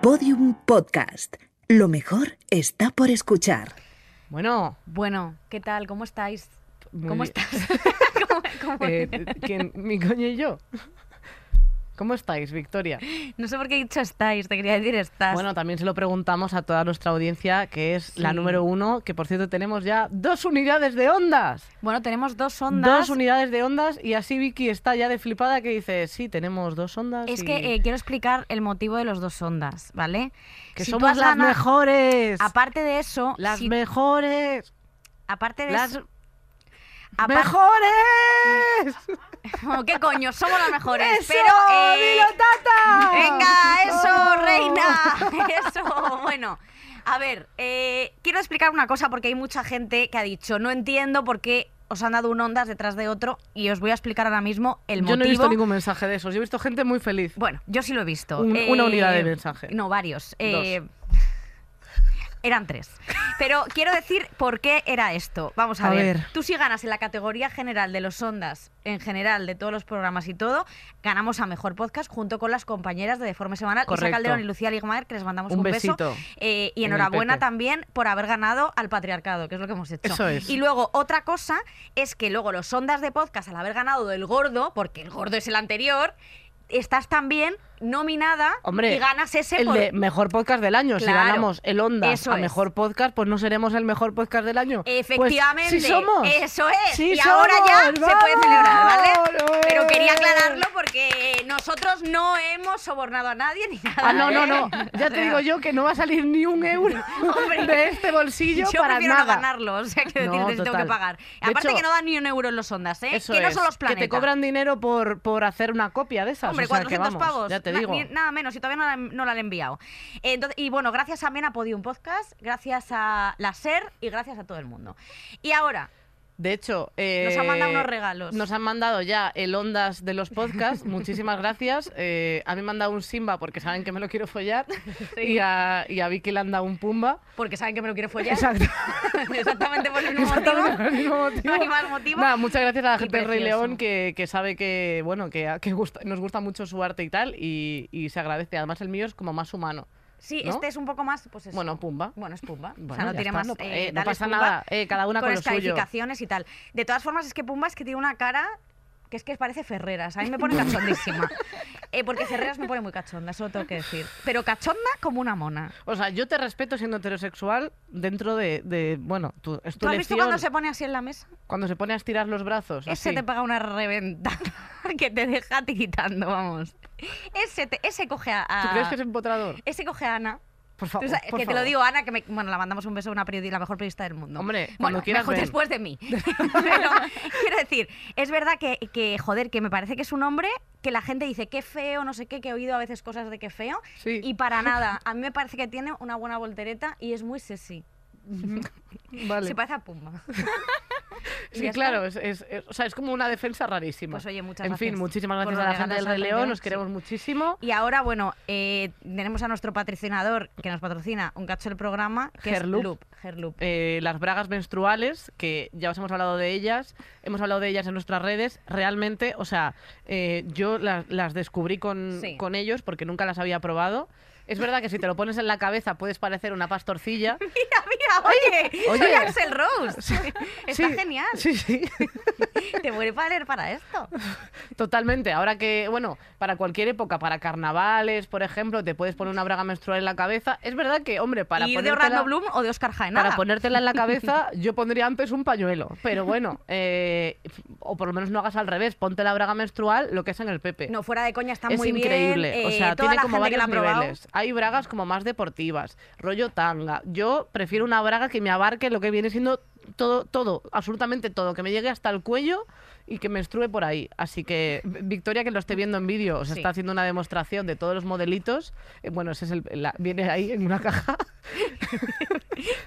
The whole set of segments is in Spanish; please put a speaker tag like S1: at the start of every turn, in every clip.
S1: Podium Podcast. Lo mejor está por escuchar.
S2: Bueno,
S3: Bueno, ¿qué tal? ¿Cómo estáis?
S2: Muy
S3: ¿Cómo
S2: bien.
S3: estás? ¿Cómo- cómo-
S2: eh, ¿quién- mi coño y yo. ¿Cómo estáis, Victoria?
S3: No sé por qué he dicho estáis, te quería decir estás.
S2: Bueno, también se lo preguntamos a toda nuestra audiencia, que es la
S3: Sí.
S2: número uno, que por cierto tenemos ya dos unidades de ondas.
S3: Bueno, tenemos dos ondas.
S2: Dos unidades de ondas y así Vicky está ya de flipada que dice, sí, tenemos dos ondas.
S3: es
S2: y-
S3: que eh, quiero explicar el motivo de los dos ondas, ¿vale?
S2: que
S3: Si tú
S2: somos
S3: has
S2: las
S3: ganado-
S2: mejores.
S3: Aparte de eso,
S2: Las
S3: si-
S2: mejores.
S3: aparte de
S2: Las
S3: eso, apar-
S2: mejores.
S3: ¿Qué coño? Somos las mejores.
S2: ¡Eso!
S3: pero eh,
S2: ¡Dilo, tata!
S3: Venga, eso,
S2: Oh.
S3: reina. Eso, bueno. A ver, eh, quiero explicar una cosa porque hay mucha gente que ha dicho, no entiendo por qué os han dado un ondas detrás de otro y os voy a explicar ahora mismo el
S2: Yo
S3: motivo.
S2: no he visto ningún mensaje de esos. Yo he visto gente muy feliz.
S3: Bueno, yo sí lo he visto. Eh,
S2: Un- una unidad de mensaje.
S3: No, varios. Eh, Eran tres. Pero quiero decir por qué era esto. Vamos a,
S2: A
S3: ver.
S2: ver.
S3: Tú si ganas en la categoría general de los ondas, en general de todos los programas y todo, ganamos a Mejor Podcast junto con las compañeras de Deforme Semanal, Isa
S2: Correcto.
S3: Calderón y Lucía Ligmaer, que les mandamos un,
S2: Un
S3: beso.
S2: besito.
S3: Eh, y
S2: En el
S3: enhorabuena
S2: pepe.
S3: también por haber ganado al patriarcado, que es lo que hemos hecho.
S2: Eso es.
S3: Y luego, otra cosa es que luego los ondas de podcast, al haber ganado del gordo, porque el gordo es el anterior, estás también nominada
S2: Hombre,
S3: y ganas ese
S2: el
S3: por-
S2: de pues, mejor podcast del año. Si
S3: Claro,
S2: ganamos el Onda
S3: eso
S2: a
S3: es.
S2: mejor podcast, pues no seremos el mejor podcast del año. Pues,
S3: Efectivamente.
S2: sí somos.
S3: Eso es.
S2: Sí
S3: y ahora ya
S2: somos,
S3: se puede celebrar, ¿vale?
S2: ¡vamos!
S3: Pero quería aclararlo porque nosotros no hemos sobornado a nadie ni nada.
S2: Ah, no, no,
S3: ¿eh?
S2: no. Ya
S3: O
S2: te
S3: sea,
S2: digo yo que no va a salir ni un euro
S3: Hombre,
S2: de este bolsillo
S3: Yo
S2: para
S3: prefiero
S2: nada.
S3: no ganarlo, o sea, que
S2: No,
S3: decirte si tengo que
S2: total.
S3: pagar.
S2: De
S3: Aparte
S2: hecho,
S3: que no dan ni un euro en los ondas, ¿eh?
S2: Eso
S3: que no
S2: es,
S3: son los planetas.
S2: Que te cobran dinero por, por hacer una copia de esas.
S3: Hombre,
S2: o sea, que
S3: 400
S2: vamos,
S3: pavos.
S2: Ya te
S3: na-
S2: digo.
S3: ni- nada menos, y todavía no la, no la han enviado. Eh, entonces- y bueno, gracias también a Podium Podcast, gracias a la SER y gracias a todo el mundo. Y ahora,
S2: De hecho,
S3: Nos han
S2: eh,
S3: mandado unos regalos.
S2: Nos han mandado ya el Ondas de los podcasts. Muchísimas gracias. Eh, a mí me han dado un Simba porque saben que me lo quiero follar. Y, a, y a Vicky le han dado un Pumba.
S3: porque saben que me lo quiero follar.
S2: Exacto.
S3: Exactamente por ¿Eh? el mismo
S2: Exactamente por
S3: motivo.
S2: el mismo motivo.
S3: No hay más motivo.
S2: Nada, muchas gracias a la
S3: Y
S2: gente del Rey
S3: precioso.
S2: León que, que sabe que, bueno, que, que gusta- nos gusta mucho su arte y tal. Y, y se agradece. Además, el mío es como más humano.
S3: Sí,
S2: ¿no?
S3: este es un poco más, pues eso.
S2: Bueno, Pumba.
S3: Bueno, es Pumba. o
S2: Bueno,
S3: sea, no
S2: ya
S3: tiene
S2: está,
S3: más.
S2: no- eh, no
S3: dale
S2: pasa
S3: Pumba
S2: nada, eh, cada una con lo suyo.
S3: escarificaciones y tal. De todas formas, es que Pumba es que tiene una cara que es que parece Ferreras. A mí me pone cachondísima. Eh, porque Ferreras me pone muy cachonda, eso lo tengo que decir. Pero cachonda como una mona.
S2: O sea, yo te respeto siendo heterosexual dentro de, de, bueno, tu, es tu Ah,
S3: ¿Tú has visto
S2: elección.
S3: cuando se pone así en la mesa?
S2: Cuando se pone a estirar los brazos.
S3: Ese
S2: así.
S3: te pega una reventa que te deja tiritando, vamos. Ese, te- ese coge a... a-
S2: ¿Tú crees que es empotrador?
S3: Ese coge a Ana.
S2: Por
S3: Tú
S2: favor.
S3: sabes-
S2: por
S3: que te lo
S2: favor.
S3: digo, Ana, que me- bueno, la mandamos un beso a una periodista, la mejor periodista del mundo.
S2: Hombre,
S3: bueno,
S2: cuando quieras
S3: mejor
S2: ven.
S3: después de mí. Pero quiero decir, es verdad que, que, joder, que me parece que es un hombre que la gente dice qué feo, no sé qué, que he oído a veces cosas de qué feo.
S2: Sí.
S3: Y para nada, a mí me parece que tiene una buena voltereta y es muy sexy.
S2: Vale.
S3: Se parece a Pumba. Y ya
S2: Sí,
S3: está.
S2: claro, es, es- es- o sea, es como una defensa rarísima.
S3: Pues oye, muchas
S2: en
S3: gracias.
S2: En fin, muchísimas
S3: por
S2: gracias
S3: los
S2: a la gente del
S3: regalos
S2: Rey
S3: a
S2: León,
S3: Rey
S2: os
S3: León,
S2: queremos muchísimo.
S3: Y ahora, bueno, eh, tenemos a nuestro patrocinador que nos patrocina un cacho del programa, que
S2: Gerloop.
S3: es Loop. Gerloop.
S2: Eh, las bragas menstruales, que ya os hemos hablado de ellas, hemos hablado de ellas en nuestras redes, realmente, o sea, eh, yo las, las descubrí con,
S3: Sí.
S2: con ellos porque nunca las había probado. Es verdad que si te lo pones en la cabeza puedes parecer una pastorcilla.
S3: Mira, mira, oye,
S2: Oye,
S3: soy
S2: oye.
S3: Axel Rose. Está
S2: Sí,
S3: genial.
S2: Sí, sí.
S3: Te voy a valer para esto.
S2: Totalmente. Ahora que, bueno, para cualquier época, para carnavales, por ejemplo, te puedes poner una braga menstrual en la cabeza. Es verdad que, hombre, para
S3: ¿Ir de
S2: ponértela-
S3: Orlando Bloom o de Oscar Jaenada?
S2: Para ponértela en la cabeza, yo pondría antes un pañuelo. Pero bueno, eh, o por lo menos no hagas al revés. Ponte la braga menstrual, lo que es en el Pepe.
S3: No, fuera de coña, está
S2: es
S3: muy
S2: increíble.
S3: bien.
S2: o
S3: eh,
S2: sea,
S3: toda
S2: tiene
S3: la
S2: como
S3: gente que
S2: varios
S3: la ha probado,
S2: niveles. Hay bragas como más deportivas, rollo tanga. Yo prefiero una braga que me abarque lo que viene siendo todo, todo, absolutamente todo, que me llegue hasta el cuello y que me estrue por ahí. Así que, V- Victoria, que lo esté viendo en vídeo, se
S3: Sí.
S2: está haciendo una demostración de todos los modelitos. Eh, Bueno, ese es el, la- viene ahí en una caja.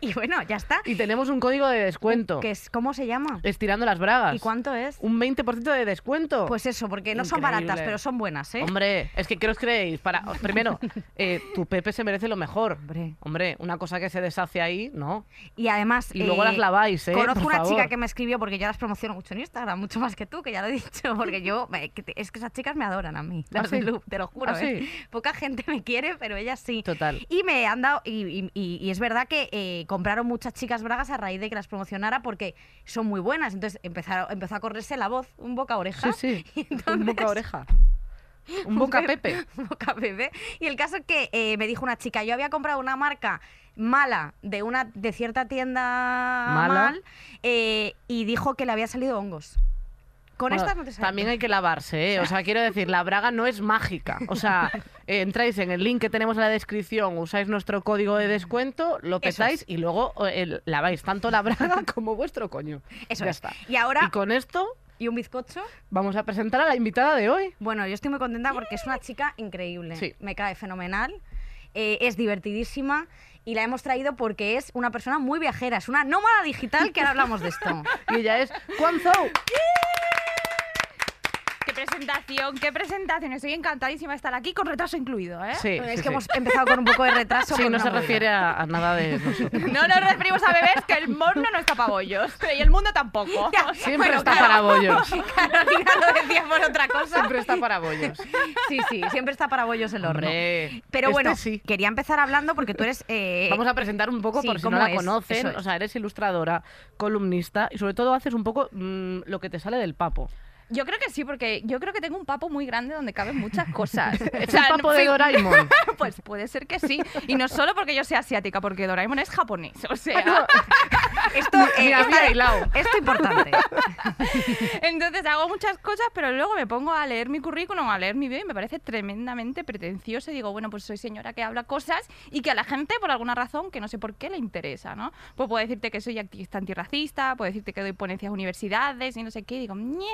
S3: Y bueno, ya está.
S2: Y tenemos un código de descuento.
S3: Uh, Que es, ¿Cómo se llama?
S2: Estirando las bragas.
S3: ¿Y cuánto es?
S2: Un 20% de descuento.
S3: Pues eso, porque no son
S2: Increíble.
S3: baratas, pero son buenas, ¿eh?
S2: Hombre, es que ¿qué os creéis? Para, primero, eh, tu Pepe se merece lo mejor.
S3: Hombre.
S2: Hombre, una cosa que se deshace ahí, no.
S3: Y además...
S2: Y luego
S3: eh,
S2: las laváis. hagáis, ¿eh?
S3: Conozco
S2: Por
S3: una
S2: favor.
S3: chica que me escribió porque yo las promociono mucho en Instagram, mucho más que tú, que ya lo he dicho, porque yo me- que te- es que esas chicas me adoran a mí, las
S2: ¿Ah, sí?
S3: de Loop, te lo juro,
S2: ¿Ah,
S3: ¿eh? Poca gente me quiere, pero ellas sí.
S2: Total.
S3: Y me han dado, y, y- y- y es verdad que eh, compraron muchas chicas bragas a raíz de que las promocionara porque son muy buenas. Entonces empezaron, empezó a correrse la voz, un boca oreja.
S2: Sí, sí.
S3: Y
S2: Un
S3: entonces-
S2: boca oreja. Un boca
S3: be-
S2: pepe.
S3: un boca pepe. Y el caso es que eh, me dijo una chica, yo había comprado una marca mala de una de cierta tienda mal eh, y dijo que le había salido hongos. Con
S2: Bueno,
S3: estas no te salen.
S2: También hay que lavarse, ¿eh? O sea, quiero decir, la braga no es mágica. O sea, eh, entráis en el link que tenemos en la descripción, usáis nuestro código de descuento, lo
S3: Eso es.
S2: petáis y luego eh, el- laváis tanto la braga como vuestro coño.
S3: Eso
S2: Ya
S3: es.
S2: está.
S3: Y ahora,
S2: Y con esto
S3: y un bizcocho.
S2: vamos a presentar a la invitada de hoy.
S3: Bueno, yo estoy muy contenta porque es una chica increíble.
S2: Sí.
S3: Me cae fenomenal. eh, es divertidísima y la hemos traído porque es una persona muy viajera, es una nómada digital que ahora hablamos de esto.
S2: Y ella es Juan Zou.
S4: Qué presentación, qué presentación. Estoy encantadísima de estar aquí con retraso incluido, ¿eh?
S2: Sí,
S3: es
S2: sí,
S3: que
S2: sí.
S3: hemos empezado con un poco de retraso.
S2: Sí,
S3: pero
S2: no se
S3: muy bien.
S2: refiere a, a nada de nosotros.
S4: No nos referimos a bebés, que el morno no está para bollos. Y el mundo tampoco.
S3: Ya,
S2: Siempre
S3: bueno,
S2: está
S3: claro.
S2: para bollos.
S3: Carolina lo decía por otra cosa.
S2: Siempre está para bollos.
S3: Sí, sí, siempre está para bollos el horno.
S2: Hombre,
S3: Pero
S2: este
S3: bueno,
S2: sí.
S3: quería empezar hablando porque tú eres... eh,
S2: Vamos a presentar un poco
S3: sí,
S2: por si no
S3: cómo
S2: la
S3: es,
S2: conocen.
S3: eso es.
S2: O sea, eres ilustradora, columnista y sobre todo haces un poco mm, lo que te sale del papo.
S4: Yo creo que sí, porque yo creo que tengo un papo muy grande donde caben muchas cosas.
S2: Es
S4: O
S2: el
S4: sea,
S2: papo de
S4: sí,
S2: Doraemon.
S4: Pues puede ser que sí. Y no solo porque yo sea asiática, porque Doraemon es japonés. O sea,
S3: Esto, eh,
S2: Mira,
S3: está-
S2: mira, hilao.
S3: esto importante.
S4: entonces hago muchas cosas, pero luego me pongo a leer mi currículum, a leer mi bio y me parece tremendamente pretencioso. Y digo, bueno, pues soy señora que habla cosas y que a la gente, por alguna razón, que no sé por qué, le interesa, ¿no? Pues puedo decirte que soy activista antirracista, puedo decirte que doy ponencias a universidades y no sé qué. Y digo, ñe,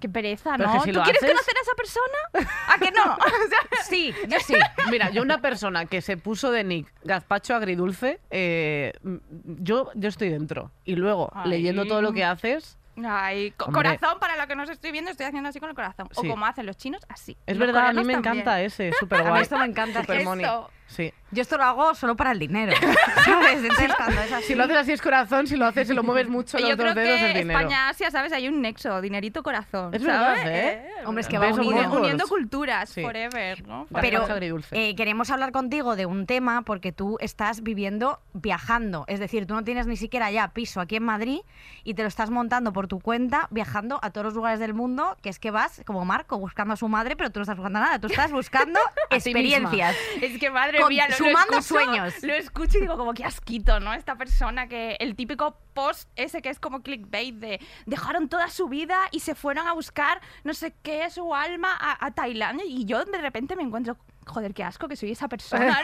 S4: qué pereza,
S2: Pero
S4: ¿no?
S2: es que si
S4: ¿Tú
S2: lo
S4: quieres
S2: haces-
S4: conocer a esa persona? ¿A que no? O sea,
S3: Sí, yo sí.
S2: Mira, yo una persona que se puso de Nick gazpacho agridulce, eh, mm, yo, yo estoy dentro. Y luego,
S4: Ay.
S2: leyendo todo lo que haces,
S4: Ay, co-
S2: Hombre.
S4: corazón para lo que no os estoy viendo, estoy haciendo así con el corazón.
S2: Sí.
S4: O como hacen los chinos, así.
S2: es
S4: Los
S2: verdad, a mí
S4: coreanos
S2: me
S4: también.
S2: encanta ese, súper
S3: A mí
S2: guay.
S3: esto me encanta.
S2: Super
S4: Eso.
S2: money. Sí.
S3: Yo esto lo hago solo para el dinero. ¿Sabes? Entonces cuando es así...
S2: Si lo haces así es corazón, si lo haces, si lo mueves mucho los
S4: Yo creo
S2: dos dedos es
S4: que
S2: dinero.
S4: España-Asia, ¿sabes? Hay un nexo, dinerito corazón.
S2: Es
S4: ¿sabes?
S2: verdad, ¿eh?
S3: Hombre, es que va
S2: Beso
S3: unido.
S2: por-
S4: uniendo culturas
S2: Sí.
S4: forever, ¿no?
S2: Vale.
S3: Pero
S2: Gazpacho agridulce.
S3: eh, queremos hablar contigo de un tema porque tú estás viviendo viajando. Es decir, tú no tienes ni siquiera ya piso aquí en Madrid y te lo estás montando por tu cuenta, viajando a todos los lugares del mundo, que es que vas como Marco buscando a su madre, pero tú no estás buscando nada, tú estás buscando
S2: ti misma.
S3: experiencias.
S4: Es que madre
S3: Con-
S4: mía, lo, lo
S3: sumando
S4: escucho-
S3: sueños.
S4: Lo escucho y digo, como que asquito, ¿no? Esta persona que el típico post ese que es como clickbait de dejaron toda su vida y se fueron a buscar no sé qué su alma a, a Tailandia y yo de repente me encuentro Joder, qué asco que soy esa persona.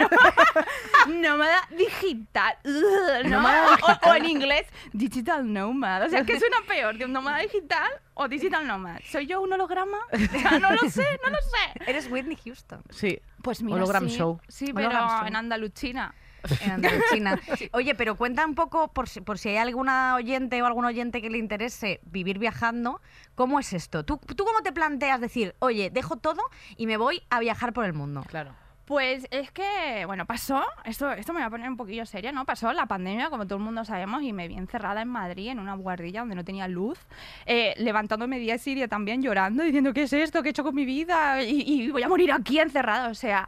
S4: ¿no? nómada digital. ugh, ¿no?
S2: Nómada
S4: O- O, en inglés, digital nomad. O sea, ¿qué suena peor? ¿De un nómada digital o digital nomad? ¿Soy yo un holograma? O sea, no lo sé, no lo sé.
S3: Eres Whitney Houston
S2: Sí.
S4: Pues mira,
S2: Hologram
S4: sí.
S2: show.
S4: Sí,
S3: Hologram
S4: pero
S3: show.
S4: en Andalucina.
S3: en Andalucía. Oye, pero cuenta un poco, por si, por si hay alguna oyente o algún oyente que le interese vivir viajando, ¿cómo es esto? ¿Tú, ¿Tú cómo te planteas decir, oye, dejo todo y me voy a viajar por el mundo?
S2: Claro.
S4: Pues es que, bueno, pasó, esto, esto me va a poner un poquillo seria, ¿no? Pasó la pandemia, como todo el mundo sabemos, y me vi encerrada en Madrid, en una guardilla donde no tenía luz, eh, levantándome día y día también llorando, diciendo, ¿qué es esto? ¿Qué he hecho con mi vida? Y, y voy a morir aquí encerrada, o sea,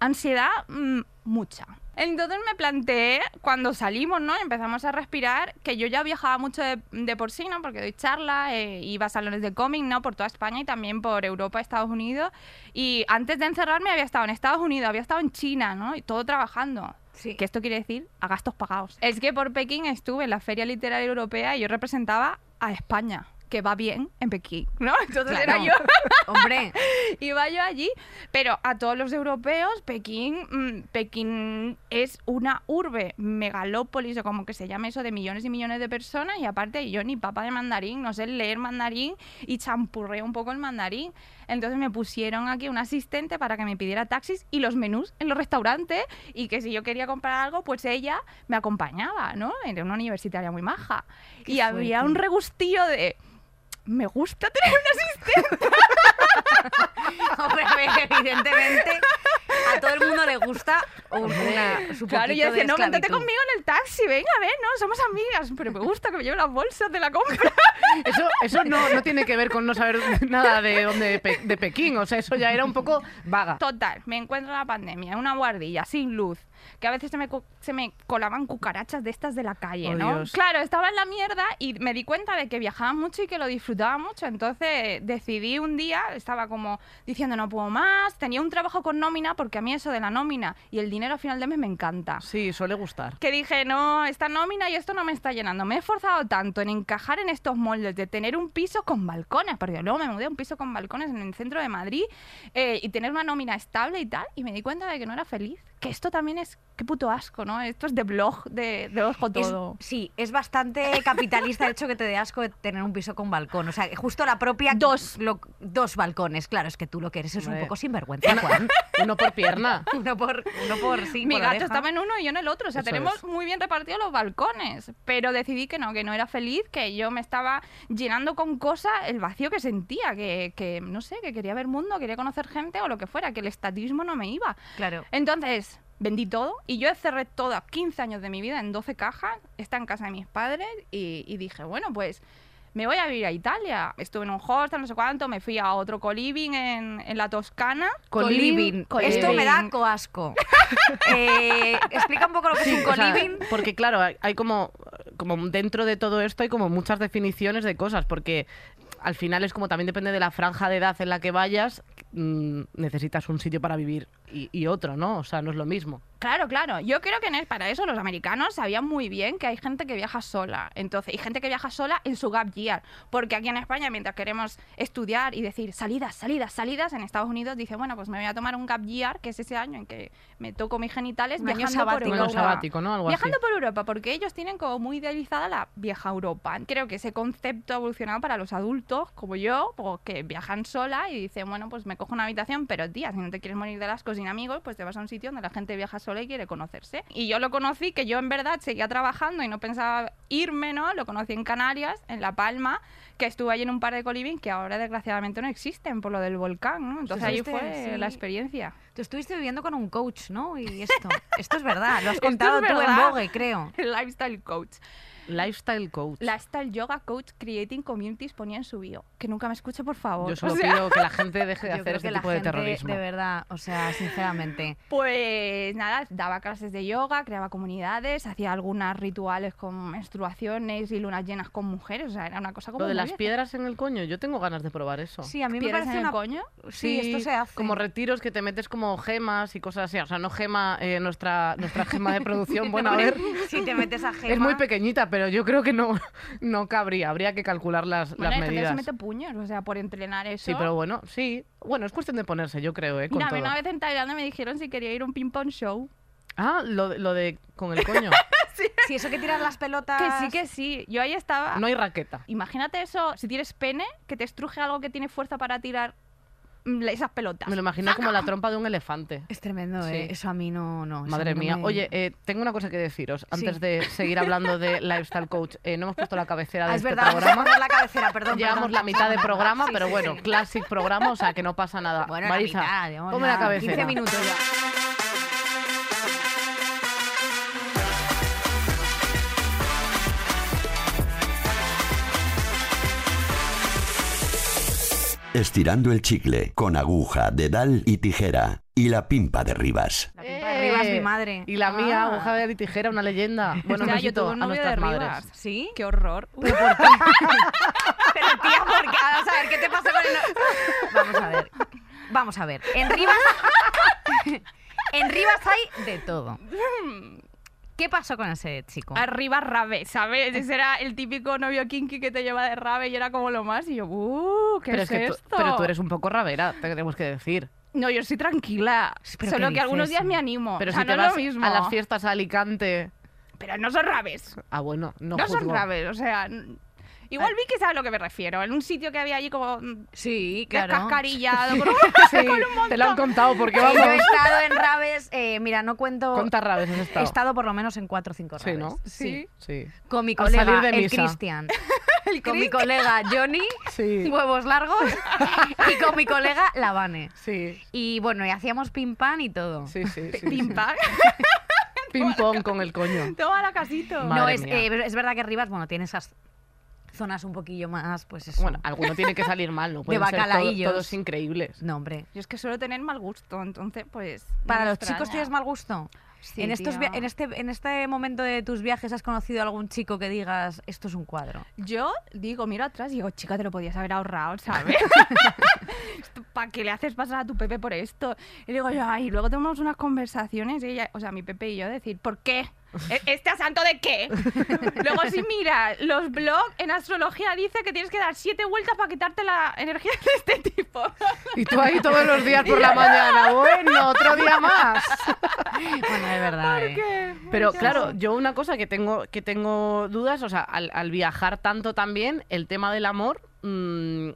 S4: ansiedad mm, mucha. Entonces me planteé, cuando salimos, ¿no? Y Empezamos a respirar, que yo ya viajaba mucho de, de por sí, ¿no? Porque doy charlas, eh, iba a salones de cómic, ¿no? Por toda España y también por Europa, Estados Unidos. Y antes de encerrarme había estado en Estados Unidos, había estado en China, ¿no? Y todo trabajando.
S3: Sí.
S4: Que esto quiere decir a gastos pagados. Es que por Pekín estuve en la Feria Literaria Europea y yo representaba a España, que va bien en Pekín, ¿no? Entonces era
S3: Claro.
S4: yo
S3: Hombre,
S4: iba yo allí, pero a todos los europeos, Pekín, mm, Pekín es una urbe, megalópolis o como que se llame eso, de millones y millones de personas y aparte yo ni papa de mandarín, no sé leer mandarín y champurreo un poco el mandarín. Entonces me pusieron aquí un asistente para que me pidiera taxis y los menús en los restaurantes y que si yo quería comprar algo, pues ella me acompañaba, ¿no? Era una universitaria muy maja. y había
S3: fuerte.
S4: un regustillo de... Me gusta tener una
S3: Hombre, a ver, evidentemente a todo el mundo le gusta un- una, su
S4: Claro, y
S3: poquito de
S4: yo decía, no, métete
S3: esclavitud.
S4: conmigo en el taxi, venga, ven, no, somos amigas. Pero me gusta que me lleven las bolsas de la compra.
S2: Eso, eso no, no tiene que ver con no saber nada de dónde de, Pe- de Pekín, o sea, eso ya era un poco vaga.
S4: Total, me encuentro en la pandemia, en una guardilla, sin luz, que a veces se me, co- se me colaban cucarachas de estas de la calle,
S2: Oh,
S4: ¿no?
S2: Dios.
S4: Claro, estaba en la mierda y me di cuenta de que viajaba mucho y que lo disfrutaba mucho, entonces decidí un día, estaba como diciendo no puedo más, tenía un trabajo con nómina, porque a mí eso de la nómina y el dinero a final de mes me encanta.
S2: Sí, suele gustar.
S4: que dije, no, esta nómina y esto no me está llenando. Me he esforzado tanto en encajar en estos moldes de tener un piso con balcones, porque luego me mudé a un piso con balcones en el centro de Madrid eh, y tener una nómina estable y tal, y me di cuenta de que no era feliz. Que esto también es, qué puto asco, ¿no? Esto es de blog, de, de ojo
S3: Es-
S4: todo.
S3: sí, es bastante capitalista el hecho que te dé asco de tener un piso con balcón. O sea, justo la propia.
S4: Dos.
S3: lo- dos balcones, claro, es que tú lo que eres es un
S2: Hombre.
S3: poco sinvergüenza, Juan.
S2: Uno por pierna.
S3: Uno por, uno por sí,
S4: Mi
S3: por
S4: gato
S3: oreja.
S4: estaba en uno y yo en el otro. O sea,
S2: Eso
S4: tenemos
S2: es.
S4: muy bien repartidos los balcones. Pero decidí que no, que no era feliz, que yo me estaba llenando con cosas el vacío que sentía, que, que no sé, que quería ver mundo, quería conocer gente o lo que fuera, que el estatismo no me iba.
S3: Claro.
S4: Entonces, vendí todo y yo cerré todo a 15 años de mi vida en 12 cajas. Está en casa de mis padres y, y dije, bueno, pues me voy a vivir a Italia. Estuve en un hostel, no sé cuánto, me fui a otro coliving en, en la Toscana.
S3: Coliving.
S4: coliving.
S3: Esto me da coasco. Eh, explica un poco lo que es un
S2: o sea,
S3: coliving.
S2: porque claro, hay, hay como, como dentro de todo esto hay como muchas definiciones de cosas, porque al final es como también depende de la franja de edad en la que vayas, mm, necesitas un sitio para vivir y, y otro, ¿no? O sea, no es lo mismo.
S4: Claro, claro. Yo creo que en el- para eso los americanos sabían muy bien que hay gente que viaja sola. Entonces, y gente que viaja sola en su gap year. Porque aquí en España, mientras queremos estudiar y decir salidas, salidas, salidas, en Estados Unidos dice, bueno, pues me voy a tomar un gap year, que es ese año en que me toco mis genitales,
S3: Un año
S4: viajando
S3: sabático.
S4: por
S2: Un
S4: Europa.
S2: año sabático, ¿no? Algo
S4: Viajando
S2: así.
S4: por Europa, porque ellos tienen como muy idealizada la vieja Europa. Creo que ese concepto ha evolucionado para los adultos, como yo, pues, que viajan sola y dicen, bueno, pues me cojo una habitación, pero tía, si no te quieres morir de asco sin amigos, pues te vas a un sitio donde la gente viaja sola y quiere conocerse. Y yo lo conocí, que yo en verdad seguía trabajando y no pensaba irme, ¿no? Lo conocí en Canarias, en La Palma, que estuve allí en un par de coliving que ahora desgraciadamente no existen por lo del volcán, ¿no? Entonces allí
S3: existen,
S4: fue
S3: sí.
S4: la experiencia.
S3: Tú estuviste viviendo con un coach, ¿no? Y esto, esto es verdad. Lo has
S4: Esto es
S3: contado tú en
S4: verdad.
S3: Vogue, creo.
S4: El lifestyle coach.
S2: Lifestyle coach.
S4: La Style Yoga Coach Creating Communities ponía en su bio. Que nunca me escuche, por favor.
S2: Yo solo
S4: O sea,
S2: pido que la gente deje de
S3: Yo
S2: hacer
S3: creo
S2: este
S3: que la
S2: tipo de
S3: gente,
S2: terrorismo.
S3: de verdad, o sea, sinceramente.
S4: Pues nada, daba clases de yoga, creaba comunidades, hacía algunos rituales con menstruaciones y lunas llenas con mujeres. O sea, era una cosa como.
S2: Lo de
S4: muy
S2: las
S4: bien.
S2: piedras en el coño, yo tengo ganas de probar eso.
S3: Sí, a mí me
S4: ¿Piedras
S3: parece
S4: en el
S3: una...
S4: coño?
S3: Sí, esto se hace.
S2: Como retiros que te metes como gemas y cosas así. O sea, no gema, eh, nuestra, nuestra gema de producción. Bueno, a ver,
S3: Si te metes a gema...
S2: es muy pequeñita, pero yo creo que no, no cabría. Habría que calcular las,
S4: Bueno, hay
S2: las
S4: gente que
S2: medidas.
S4: se mete puños, o sea, por entrenar eso.
S2: Sí, pero bueno, sí. Bueno, es cuestión de ponerse, yo creo, ¿eh? Con
S4: Mira, a mí
S2: todo.
S4: una vez en Tailandia me dijeron si quería ir a un ping-pong show.
S2: Ah, lo, de- lo de con el coño.
S3: Si eso que tiras las pelotas...
S4: Que sí, que sí. Yo ahí estaba.
S2: No hay raqueta.
S4: Imagínate eso, si tienes pene, que te estruje algo que tiene fuerza para tirar mm, esas pelotas.
S2: Me lo imagino como la trompa de un elefante.
S3: Es tremendo,
S2: Sí.
S3: ¿eh? Eso a mí no... no eso a
S2: Madre
S3: mí no
S2: mía.
S3: me-
S2: Oye, eh, tengo una cosa que deciros. Antes
S3: Sí.
S2: de seguir hablando de Lifestyle Coach, eh, no hemos puesto la cabecera de
S3: Ah, es
S2: este
S3: verdad, vamos a
S2: programa.
S3: poner la cabecera, perdón.
S2: Llevamos
S3: perdón.
S2: la mitad de programa,
S3: Sí,
S2: pero
S3: sí,
S2: bueno,
S3: sí.
S2: classic programa, o sea que no pasa nada.
S3: Bueno, la
S2: Marisa,
S3: mitad, digamos,
S2: ponme la
S3: nada,
S2: cabecera.
S3: 15 minutos ya.
S5: Estirando el chicle con aguja, dedal y tijera. Y la pimpa de Rivas.
S3: La pinta de Rivas, mi madre.
S2: Eh. Y la mía,
S4: Ah.
S2: aguja de tijera, una leyenda. Bueno, Este un
S4: Ya, yo
S2: besito
S4: tuve
S2: a
S4: un novio
S2: nuestras
S4: de
S2: madres.
S4: Rivas.
S3: ¿Sí?
S4: Qué horror.
S3: Pero tía, ¿por qué? Vamos a ver, ¿qué te pasa con el... no- Vamos a ver. Vamos a ver. En Rivas... en Rivas hay de todo. ¿Qué pasó con ese chico?
S4: Arriba rave,
S2: Eh.
S4: ¿sabes? Ese era el típico novio kinky que te lleva de rave y era como lo más. Y yo, ¡uh! ¿Qué
S2: Pero
S4: es,
S2: es que tú,
S4: esto?
S2: pero tú eres un poco ravera, te tenemos que decir.
S4: No, yo soy tranquila.
S3: ¿pero
S4: Solo
S3: qué
S4: que algunos
S3: dices?
S4: días me animo.
S2: Pero
S4: o sea,
S2: si
S4: no
S2: te
S4: es
S2: vas
S4: lo mismo.
S2: a las fiestas a Alicante.
S4: Pero no son raves.
S2: Ah, bueno, no,
S4: No, son
S2: juzgo. Ah.
S4: raves, o sea. n- Igual Vicky sabe a lo que me refiero. En un sitio que había allí como mm,
S3: Sí,
S4: descascarillado. con-
S2: Sí, te lo han contado porque
S3: Yo he
S2: vamos.
S3: estado en Rabes, eh, mira, no cuento.
S2: ¿Cuántas rabes has estado?
S3: He estado por lo menos en cuatro o cinco
S2: Sí,
S3: Rabes.
S2: ¿no?
S4: Sí.
S2: Sí.
S3: Con mi
S2: Al salir
S3: colega,
S2: de
S3: el
S2: misa.
S3: Cristian. con mi colega Johnny,
S2: Sí.
S3: huevos largos. y con mi colega Lavane.
S2: Sí,
S3: Y bueno, y hacíamos pim pam y todo.
S2: sí, sí. sí, sí.
S4: Pimpa.
S2: Ping pong con el coño.
S4: Toma la casito.
S2: Ma-
S3: No,
S2: Madre
S3: es,
S2: mía.
S3: eh, pero es verdad que Rivas, bueno, tiene esas zonas un poquillo más, pues eso.
S2: Bueno, alguno tiene que salir mal, no pueden ser todo-
S3: bacalaillos.
S2: todos increíbles.
S3: no, hombre.
S4: Yo es que suelo tener mal gusto, entonces pues... no
S3: Para
S4: me
S3: los chicos
S4: extraña.
S3: tienes mal gusto.
S4: Sí,
S3: en, estos via-
S4: tía.
S3: en, este, en este momento de tus viajes has conocido a algún chico que digas, esto es un cuadro.
S4: Yo digo, miro atrás y digo, chica, te lo podías haber ahorrado, ¿sabes? ¿Para qué le haces pasar a tu Pepe por esto? Y digo, yo, ay, luego tenemos unas conversaciones, y ella, o sea, mi Pepe y yo, decir, ¿por qué? ¿E- ¿Este asanto de qué? luego, si mira los blogs en astrología, dice que tienes que dar siete vueltas para quitarte la energía de este tipo.
S2: Y tú ahí todos los días por la mañana. Bueno, otro día más.
S3: Bueno, es verdad. ¿eh?
S2: Pero claro, yo una cosa que tengo, que tengo dudas, o sea, al, al viajar tanto también, el tema del amor, mm,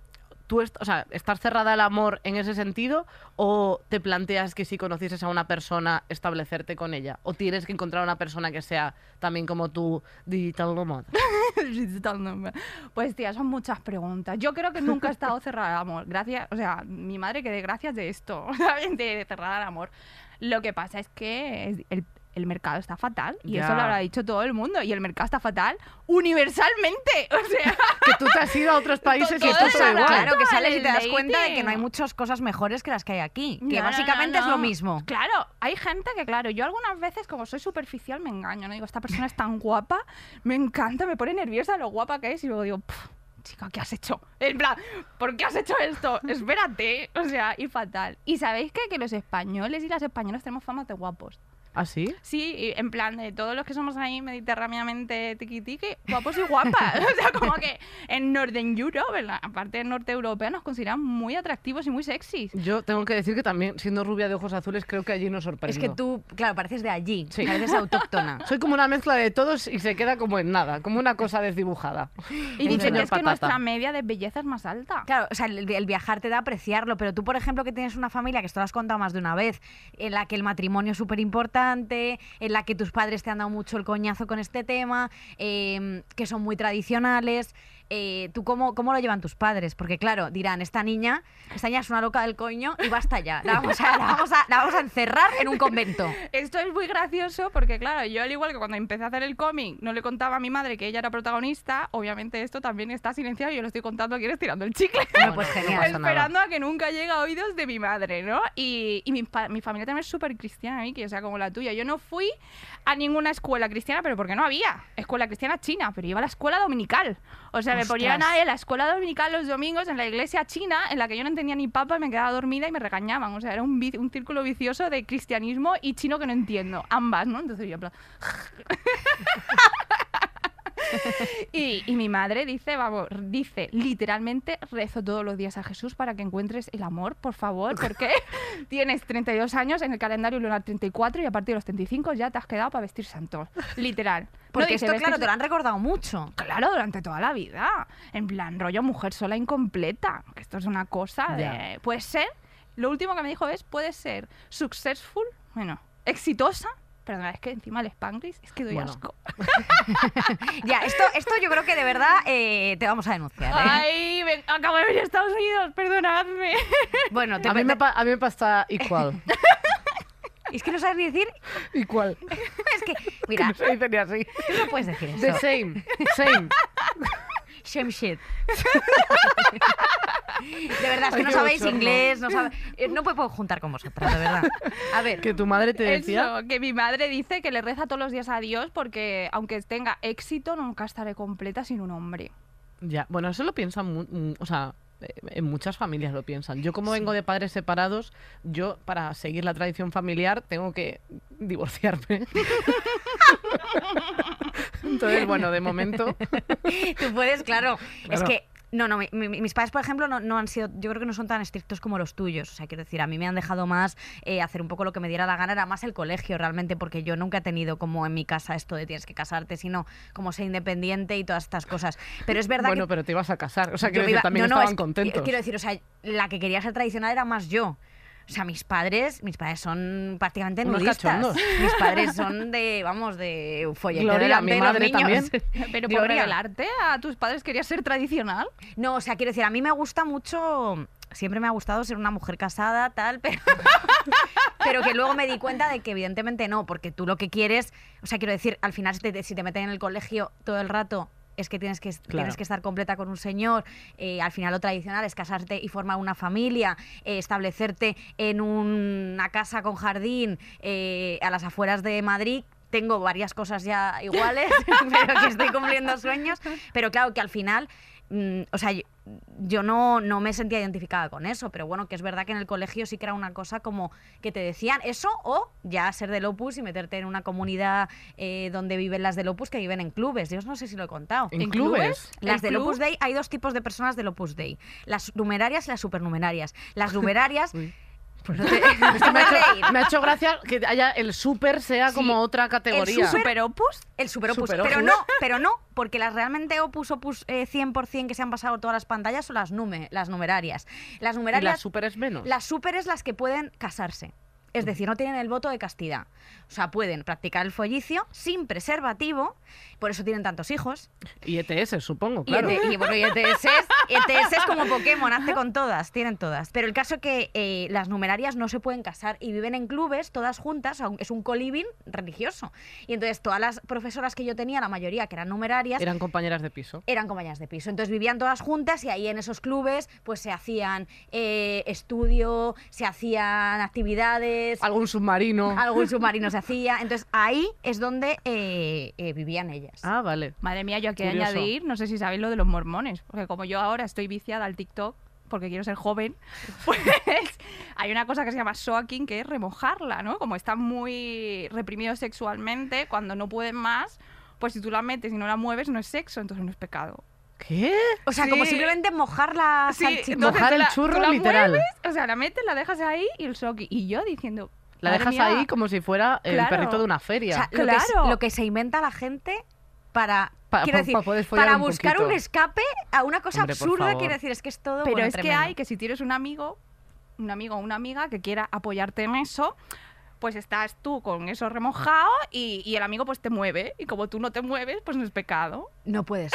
S2: tú est- o sea, ¿estás cerrada al amor en ese sentido o te planteas que si conocieses a una persona, establecerte con ella? ¿O tienes que encontrar una persona que sea también como tú, digital nomad?
S4: Digital nomad. Pues tía, son muchas preguntas. Yo creo que nunca he estado cerrada al amor. Gracias, o sea, mi madre que dé gracias de esto, ¿sabes? de cerrada al amor. Lo que pasa es que es- el, el mercado está fatal y eso
S2: Ya.
S4: lo habrá dicho todo el mundo y el mercado está fatal universalmente. O sea,
S2: Que tú te has ido a otros países y
S4: Todo
S2: esto
S4: es
S2: está
S4: verdad.
S2: igual.
S3: Claro, que
S4: Todo
S3: sales y
S4: el
S3: te das cuenta de que no hay
S4: dating.
S3: muchas cosas mejores que las que hay aquí. Que
S4: No, no,
S3: básicamente
S4: no,
S3: es lo
S4: no.
S3: mismo.
S4: Claro, hay gente que, claro, yo algunas veces, como soy superficial, me engaño, ¿no? Digo, esta persona es tan guapa, me encanta, me pone nerviosa lo guapa que es, y luego digo, "Pff, chica, ¿qué has hecho? En plan, ¿por qué has hecho esto? Espérate, o sea, y fatal. Y sabéis qué? que los españoles y las españolas tenemos fama de guapos.
S2: ¿Ah, sí?
S4: Sí, y en plan de todos los que somos ahí mediterráneamente tiquitiqui, guapos y guapas. o sea, como que en Northern Europe, en la parte norte europea, nos consideran muy atractivos y muy sexys.
S2: Yo tengo que decir que también, siendo rubia de ojos azules, creo que allí nos
S3: Es
S2: sorprende.
S3: que tú, claro, pareces de allí,
S2: Sí.
S3: pareces autóctona.
S2: Soy como una mezcla de todos y se queda como en nada, como una cosa desdibujada.
S4: Y
S2: Un
S4: dicen
S2: señor
S4: es que
S2: patata.
S4: nuestra media de belleza es más alta.
S3: Claro, o sea, el, el viajar te da apreciarlo, pero tú, por ejemplo, que tienes una familia, que esto lo has contado más de una vez, en la que el matrimonio es súper importante, en la que tus padres te han dado mucho el coñazo con este tema, eh, que son muy tradicionales. eh, ¿Tú cómo, cómo lo llevan tus padres? Porque, claro, dirán, esta niña, esta niña es una loca del coño y basta ya. La vamos a, la vamos a- la vamos a encerrar en un convento.
S4: Esto es muy gracioso porque, claro, yo al igual que cuando empecé a hacer el cómic no le contaba a mi madre que ella era protagonista, obviamente esto también está silenciado y yo lo estoy contando aquí estirando el chicle.
S3: Bueno, pues genial.
S2: pasa nada.
S4: Esperando a que nunca llegue a oídos de mi madre, ¿no? Y, y mi, pa- mi familia también es súper cristiana, Vicky, o sea, como la tuya. Yo no fui a ninguna escuela cristiana, pero porque no había escuela cristiana china, pero iba a la escuela dominical. O sea, me ponían
S3: Ostras.
S4: a la escuela dominical los domingos en la iglesia china, en la que yo no entendía ni papa, me quedaba dormida y me regañaban. O sea, era un, vi- un círculo vicioso de cristianismo y chino que no entiendo. Ambas, ¿no? Entonces yo en plan, Y, y mi madre dice, vamos, dice, literalmente rezo todos los días a Jesús para que encuentres el amor, por favor, porque tienes 32 años en el calendario lunar 34 y a partir de los 35 ya te has quedado para vestir santo. Literal.
S3: Porque
S4: No dice
S3: esto, claro,
S4: vestir-
S3: te lo han recordado mucho.
S4: Claro, durante toda la vida. En plan, rollo mujer sola incompleta. Que esto es una cosa de. Puede ser. Lo último que me dijo es: puede ser successful, bueno, exitosa. Perdona, es que encima el spanglish es que doy
S2: Bueno.
S4: asco.
S3: Ya, esto, esto yo creo que de verdad eh, te vamos a denunciar. ¿eh?
S4: Ay, me- acabo de venir a Estados Unidos, perdonadme.
S3: Bueno, te,
S2: A mí, me pa- a mí me pasa igual.
S3: es que no sabes ni decir
S2: Igual.
S3: Es que, mira,
S2: Se dice ni así.
S3: tú no puedes decir
S2: The
S3: eso.
S2: same. Same.
S3: Shame shit. De verdad, es que
S2: Ay,
S3: no
S2: qué
S3: sabéis
S2: bochorno.
S3: inglés, no sabe- eh, No me puedo juntar con vosotras, de verdad. A ver,
S2: Que tu madre te decía.
S4: Eso, que mi madre dice que le reza todos los días a Dios porque aunque tenga éxito, nunca estaré completa sin un hombre.
S2: Ya. Bueno, eso lo piensan. mu- mm, O sea. eh, En muchas familias lo piensan. Yo como vengo de padres separados, yo para seguir la tradición familiar tengo que divorciarme. Entonces, bueno, de momento
S3: tú puedes, claro. Es
S2: Claro.
S3: que No, no, mi- mi- mis padres, por ejemplo, no, no han sido, yo creo que no son tan estrictos como los tuyos. O sea, quiero decir, a mí me han dejado más eh, hacer un poco lo que me diera la gana, era más el colegio realmente, porque yo nunca he tenido como en mi casa esto de tienes que casarte, sino como ser independiente y todas estas cosas. Pero es verdad
S2: Bueno,
S3: que...
S2: pero te ibas a casar. O sea,
S3: yo
S2: quiero
S3: me
S2: decir,
S3: iba-
S2: también
S3: no, no,
S2: estaban
S3: es- eh,
S2: contentos.
S3: Quiero decir, o sea, la que quería ser tradicional era más yo. O sea, mis padres, mis padres son prácticamente
S2: Unos
S3: nudistas.
S2: cachondos.
S3: Mis padres son de, vamos, de folletero
S2: Gloria,
S3: delante
S2: mi
S3: de los
S2: madre
S3: niños.
S2: también.
S4: Pero por
S3: Gloria.
S4: revelarte a tus padres querías ser tradicional.
S3: No, o sea, quiero decir, a mí me gusta mucho. Siempre me ha gustado ser una mujer casada, tal, pero. pero que luego me di cuenta de que evidentemente no, porque tú lo que quieres. O sea, quiero decir, al final, si te, si te meten en el colegio todo el rato. Es que tienes que, tienes que estar completa con un señor. eh, al final, lo tradicional es casarte y formar una familia, eh, establecerte en una casa con jardín eh, a las afueras de Madrid. Tengo varias cosas ya iguales, pero que estoy cumpliendo sueños. Pero claro, que al final mm, o sea, yo, yo no, no me sentía identificada con eso, pero bueno, que es verdad que en el colegio sí que era una cosa como que te decían eso o ya ser del Opus y meterte en una comunidad eh, donde viven las del Opus que viven en clubes. Dios no sé si lo he contado.
S2: ¿En,
S4: ¿En
S2: clubes?
S3: Las
S4: ¿El
S3: del
S4: club?
S3: Opus Dei, hay dos tipos de personas del Opus Dei. Las numerarias y las supernumerarias. Las numerarias... pues
S2: Uy.
S3: No te- no te
S2: Es que me, ha
S3: reír.
S2: hecho, me ha hecho gracia que haya el súper sea
S3: Sí,
S2: como otra categoría.
S3: súper-
S4: Super opus.
S3: El super opus.
S2: Super
S3: pero
S2: opus.
S3: no, pero no, porque las realmente opus opus eh, 100% que se han pasado todas las pantallas son las nume, las numerarias. Las
S2: Y las
S3: numerarias,
S2: súper es menos.
S3: las súper es las que pueden casarse. Es decir, no tienen el voto de castidad. O sea, pueden practicar el follicio sin preservativo, por eso tienen tantos hijos.
S2: Y ETS, supongo, claro.
S3: Y,
S4: E
S3: ET y, bueno, y ETS, es- ETS E es como Pokémon, hazte con todas, tienen todas. Pero el caso que eh, las numerarias no se pueden casar y viven en clubes todas juntas, aun- es un coliving religioso. Y entonces todas las profesoras que yo tenía, la mayoría que eran numerarias,
S2: Eran compañeras de piso.
S3: eran compañeras de piso. Entonces vivían todas juntas y ahí en esos clubes pues se hacían eh, estudio, se hacían actividades,
S2: Algún submarino.
S3: algún submarino se hacía. Entonces ahí es donde eh, eh, vivían ellas.
S2: Ah, vale.
S4: Madre mía, yo aquí he de
S2: Curioso.
S4: añadir, no sé si sabéis lo de los mormones, porque como yo ahora estoy viciada al TikTok porque quiero ser joven, pues hay una cosa que se llama soaking, que es remojarla, ¿no? Como están muy reprimidos sexualmente, cuando no pueden más, pues si tú la metes y no la mueves, no es sexo, entonces no es pecado.
S2: ¿Qué?
S3: o sea, como
S4: sí.
S3: simplemente mojar la
S4: Sí,
S3: salchicha.
S4: entonces
S2: Ah, Mojar
S4: tú
S2: el
S4: la-
S2: churro,
S4: tú la
S2: literal.
S4: mueves, o sea, la metes, la dejas ahí y el soaking. Y yo diciendo...
S2: La
S4: madre
S2: dejas
S4: mía,
S2: ahí como si fuera el
S4: Claro.
S2: perrito de una
S3: O
S2: feria.
S3: sea, lo, que,
S4: Claro.
S3: se- lo que se inventa la gente para,
S2: Pa-
S3: quiero
S2: pa-
S3: decir,
S2: pa poder follar
S3: para
S2: un
S3: buscar un
S2: poquito.
S3: escape a una cosa
S2: Hombre, por
S3: absurda,
S2: favor.
S3: quiero decir, es que es todo
S4: Pero
S3: bueno,
S4: es que
S3: tremendo.
S4: hay que si tienes un amigo, un amigo o una amiga que quiera apoyarte en eso, pues estás tú con eso remojado y, y el amigo pues te mueve. Y como tú no te mueves, pues no es pecado.
S3: No puedes.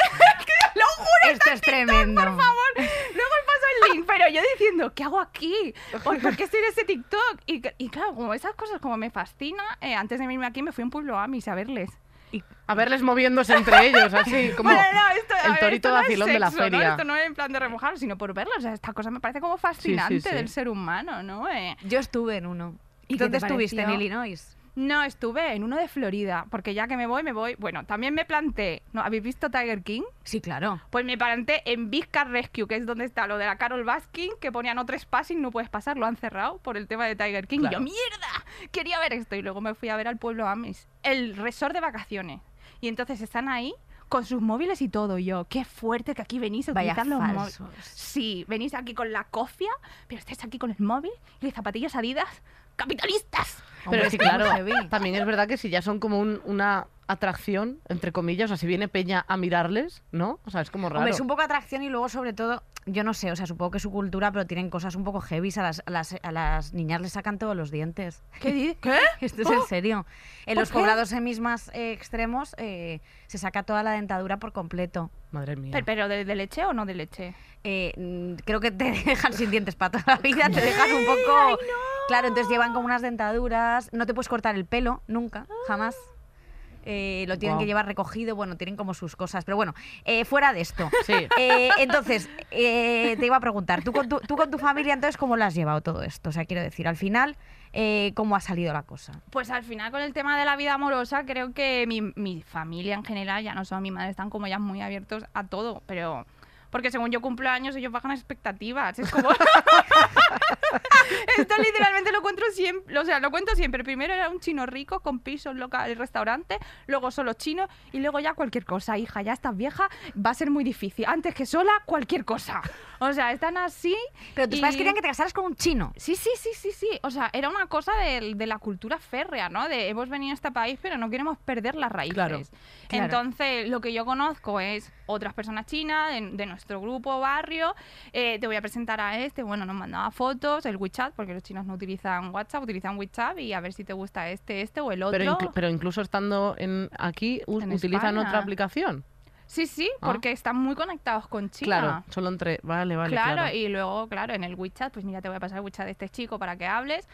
S3: Esto es tremendo.
S4: Luego me pasó el link, pero yo diciendo, ¿qué hago aquí? ¿Por, por qué estoy en ese TikTok? Y, c- y claro, como esas cosas como me fascina, eh, antes de venirme aquí me fui a un pueblo Amis a verles.
S2: A verles moviéndose entre ellos, así como
S4: Bueno, no, esto, a
S2: el
S4: ver,
S2: torito
S4: esto no es
S2: vacilón de la
S4: sexo, ¿no?
S2: feria.
S4: Esto no es en plan de remojar, sino por verlos. O sea, esta cosa me parece como fascinante
S2: sí.
S4: del ser humano, ¿no? Eh,
S3: Yo estuve en uno.
S4: ¿Y qué
S3: dónde
S4: te
S3: estuviste? En
S4: pareció?
S3: Illinois.
S4: No, estuve en uno de Florida, porque ya que me voy, me voy. Bueno, también me planté. ¿no? ¿Habéis visto Tiger King?
S3: Sí, claro.
S4: Pues me planté en Big Car Rescue, que es donde está lo de la Carol Baskin, que ponían no tres passing, no puedes pasar, lo han cerrado por el tema de Tiger King. Y yo,
S2: Claro.
S4: ¡mierda! Quería ver esto. Y luego me fui a ver al pueblo Amis, el resort de vacaciones. Y entonces están ahí con sus móviles y todo. Y yo, qué fuerte que aquí venís a
S3: Vaya
S4: utilizar los móviles.
S3: falsos.
S4: Sí, venís aquí con la cofia, pero estáis aquí con el móvil y las zapatillas adidas. ¡Capitalistas!
S2: Pero
S3: Hombre,
S2: sí,
S3: es que es muy
S2: claro,
S3: heavy.
S2: también es verdad que si ya son como un- una atracción, entre comillas, o sea, si viene Peña a mirarles, ¿no? O sea, es como raro.
S3: Hombre, es un poco atracción y luego, sobre todo, yo no sé, o sea, supongo que es su cultura, pero tienen cosas un poco heavy. A las, a las, a las niñas les sacan todos los dientes.
S4: ¿Qué dices? ¿Qué?
S3: Esto es en serio. En
S4: ¿Por
S3: los
S4: qué?
S3: poblados semis más eh, extremos eh, se saca toda la dentadura por completo.
S2: Madre mía.
S4: Pero, pero de, de leche o no de leche?
S3: Eh, mm, creo que te dejan sin dientes para toda la vida, te dejan un poco... Claro, entonces llevan como unas dentaduras, no te puedes cortar el pelo, nunca, jamás. Eh, lo tienen
S2: Guau.
S3: que llevar recogido, bueno, tienen como sus cosas, pero bueno, eh, fuera de esto.
S2: Sí.
S3: Eh, entonces, eh, te iba a preguntar, ¿tú con, tu, tú con tu familia entonces cómo lo has llevado todo esto? O sea, quiero decir, al final, eh, ¿cómo ha salido la cosa?
S4: Pues al final con el tema de la vida amorosa creo que mi, mi familia en general, ya no solo mi madre, están como ya muy abiertos a todo, pero... Porque según yo cumplo años ellos bajan las expectativas. Es como... Esto literalmente lo cuento siempre, o sea, lo cuento siempre. Primero era un chino rico con pisos, local, restaurante, luego solo chino y luego ya cualquier cosa, hija, ya estás vieja, va a ser muy difícil. Antes que sola, cualquier cosa. O sea, están así.
S3: Pero tus
S4: y-
S3: padres querían que te casaras con un chino.
S4: Sí, sí, sí, sí, sí. O sea, era una cosa del- de, la cultura férrea, ¿no? De hemos venido a este país, pero no queremos perder las raíces.
S2: Claro,
S3: claro.
S4: Entonces, lo que yo conozco es otras personas chinas de, de nuestro grupo, barrio. Eh, te voy a presentar a este. Bueno, nos mandaba fotos, el WeChat, porque los chinos no utilizan WhatsApp, utilizan WeChat y a ver si te gusta este, este o el otro.
S2: Pero, inclu- pero incluso estando en aquí u-
S4: En
S2: utilizan
S4: España.
S2: otra aplicación.
S4: Sí, sí,
S2: Ah.
S4: porque están muy conectados con China.
S2: Claro, solo entre. Vale, vale.
S4: ah. claro,
S2: Claro,
S4: y luego, claro, en el WeChat, pues mira, te voy a pasar el WeChat de este chico para que hables.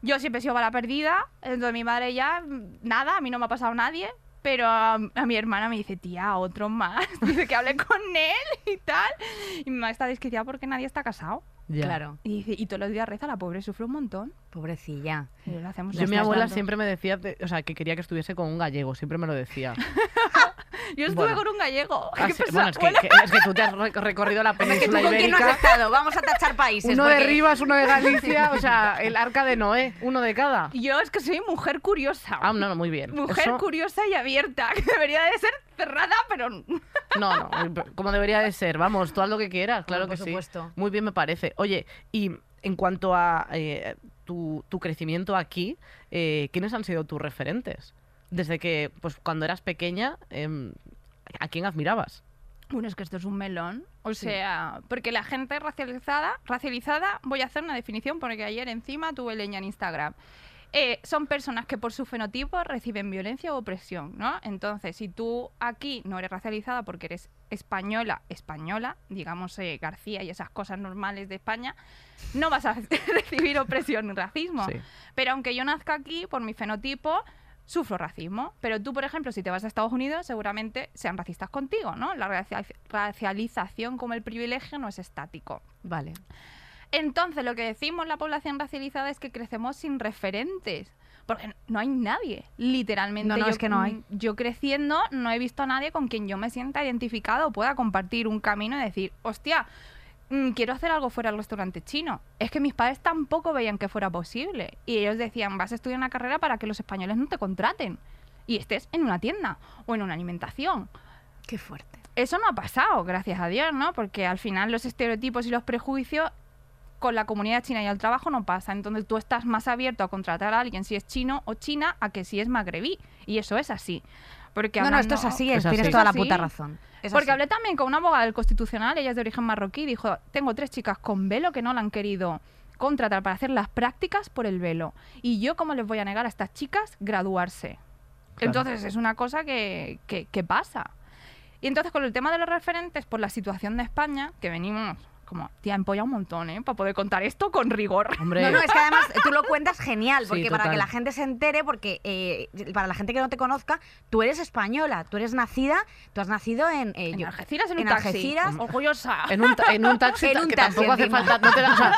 S4: Yo siempre he sido para perdida, entonces mi madre ya, mm, nada, a mí no me ha pasado nadie, pero a, a mi hermana me dice, tía, otro más, dice que hable con él y tal. Y mi madre está desquiciada porque nadie está casado.
S2: Ya.
S3: Claro,
S4: Y dice, y todos los días reza, la pobre sufre un montón.
S3: pobrecilla.
S4: Y lo hacemos
S2: Yo, mi
S4: nosotras
S2: abuela
S4: tanto.
S2: siempre me decía, de- o sea, que quería que estuviese con un gallego, siempre me lo decía.
S4: Yo estuve
S2: Bueno.
S4: con un gallego.
S2: Ah,
S4: ¿Qué
S2: sí,
S4: pasa?
S2: bueno, es que,
S4: Bueno,
S2: que- es que tú te has re- recorrido la
S3: Hombre, que tú
S2: península
S3: con quién no has
S2: ibérica.
S3: estado. Vamos a tachar países.
S2: Uno de
S3: porque-
S2: Rivas, uno de Galicia, o sea, el arca de Noé, uno de cada.
S4: Yo es que soy mujer curiosa.
S2: Ah, no, no, muy bien.
S4: Mujer
S2: Eso-
S4: curiosa y abierta, que debería de ser cerrada, pero
S2: No, no, como debería de ser. Vamos, tú haz lo que quieras, claro
S3: por
S2: que
S3: supuesto.
S2: sí. Muy bien me parece. Oye, y en cuanto a eh, tu, tu crecimiento aquí, eh, ¿quiénes han sido tus referentes? Desde que, pues cuando eras pequeña, em, ¿a quién admirabas?
S4: Bueno, es que esto es un melón. O sea, porque la gente racializada, racializada, voy a hacer una definición porque ayer encima tuve leña en Instagram. Eh, son personas que por su fenotipo reciben violencia o opresión, ¿no? Entonces, si tú aquí no eres racializada porque eres española, española, digamos eh, García y esas cosas normales de España, no vas a recibir opresión ni racismo.
S2: Sí.
S4: Pero aunque yo nazca aquí, por mi fenotipo, sufro racismo. Pero tú, por ejemplo, si te vas a Estados Unidos, seguramente sean racistas contigo, ¿no? La racia- racialización como el privilegio no es estático.
S3: Vale.
S4: Entonces, lo que decimos la población racializada es que crecemos sin referentes. Porque no hay nadie, literalmente.
S3: No, no, es que no hay.
S4: Yo creciendo no he visto a nadie con quien yo me sienta identificado o pueda compartir un camino y decir, hostia, mm, quiero hacer algo fuera del restaurante chino. Es que mis padres tampoco veían que fuera posible. Y ellos decían, vas a estudiar una carrera para que los españoles no te contraten. Y estés en una tienda o en una alimentación
S3: Qué fuerte.
S4: eso no ha pasado, gracias a Dios, ¿no? Porque al final los estereotipos y los prejuicios con la comunidad china y al trabajo no pasa. Entonces tú estás más abierto a contratar a alguien si es chino o china a que si es magrebí. Y eso es así. Porque
S3: No, no,
S4: hablando-
S3: esto es así,
S2: Es
S3: es- tienes
S2: así.
S3: toda
S4: Es
S3: la
S4: así.
S3: puta razón. Es
S4: Porque
S3: así.
S4: hablé también con una abogada del Constitucional, ella es de origen marroquí, y dijo, tengo tres chicas con velo que no la han querido contratar para hacer las prácticas por el velo. Y yo, ¿cómo les voy a negar a estas chicas graduarse?
S2: Claro.
S4: Entonces es una cosa que, que- que pasa. Y entonces con el tema de los referentes, por la situación de España, que venimos como, tía, empolla un montón, ¿eh? Para poder contar esto con rigor.
S2: Hombre,
S3: No, no, es que además tú lo cuentas genial,
S2: Sí,
S3: porque para que
S2: total.
S3: la gente se entere, porque eh, para la gente que no te conozca, tú eres española, tú eres nacida, tú has nacido en... eh,
S4: En
S3: yo-
S4: Algeciras, en un
S3: en
S4: taxi.
S3: Algeciras-
S4: Orgullosa.
S2: en, un, ta- en un taxi,
S3: En
S2: ta-
S3: un
S2: que
S3: taxi
S2: tampoco hace
S3: encima.
S2: falta. No te da- o sea,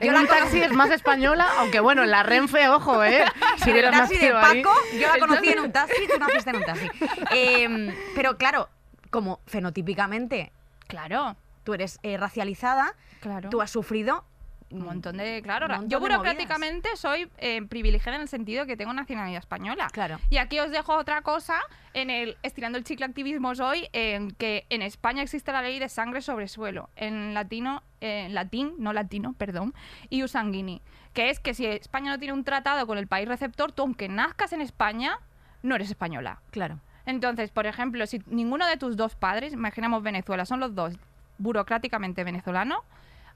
S2: en un taxi es más española, aunque bueno, en la Renfe, ojo, ¿eh? Si
S3: el
S2: hubieras
S3: taxi de
S2: nacido ahí.
S3: Paco, yo la conocí en un taxi, tú naciste en un taxi. Eh, pero claro, como fenotípicamente
S4: Claro,
S3: tú eres eh, racializada,
S4: claro.
S3: tú has sufrido...
S4: Un montón de,
S3: Mm,
S4: claro,
S3: un
S4: ra-
S3: montón
S4: yo
S3: de
S4: burocráticamente soy eh, privilegiada en el sentido que tengo nacionalidad española.
S3: Claro.
S4: Y aquí os dejo otra cosa en el estirando el chicle activismo hoy, en que en España existe la ley de sangre sobre suelo, en latino, eh, en latín, no latino, perdón, y usanguini, que es que si España no tiene un tratado con el país receptor, tú aunque nazcas en España, no eres española.
S3: Claro.
S4: Entonces, por ejemplo, si ninguno de tus dos padres, imaginamos Venezuela, son los dos burocráticamente venezolanos,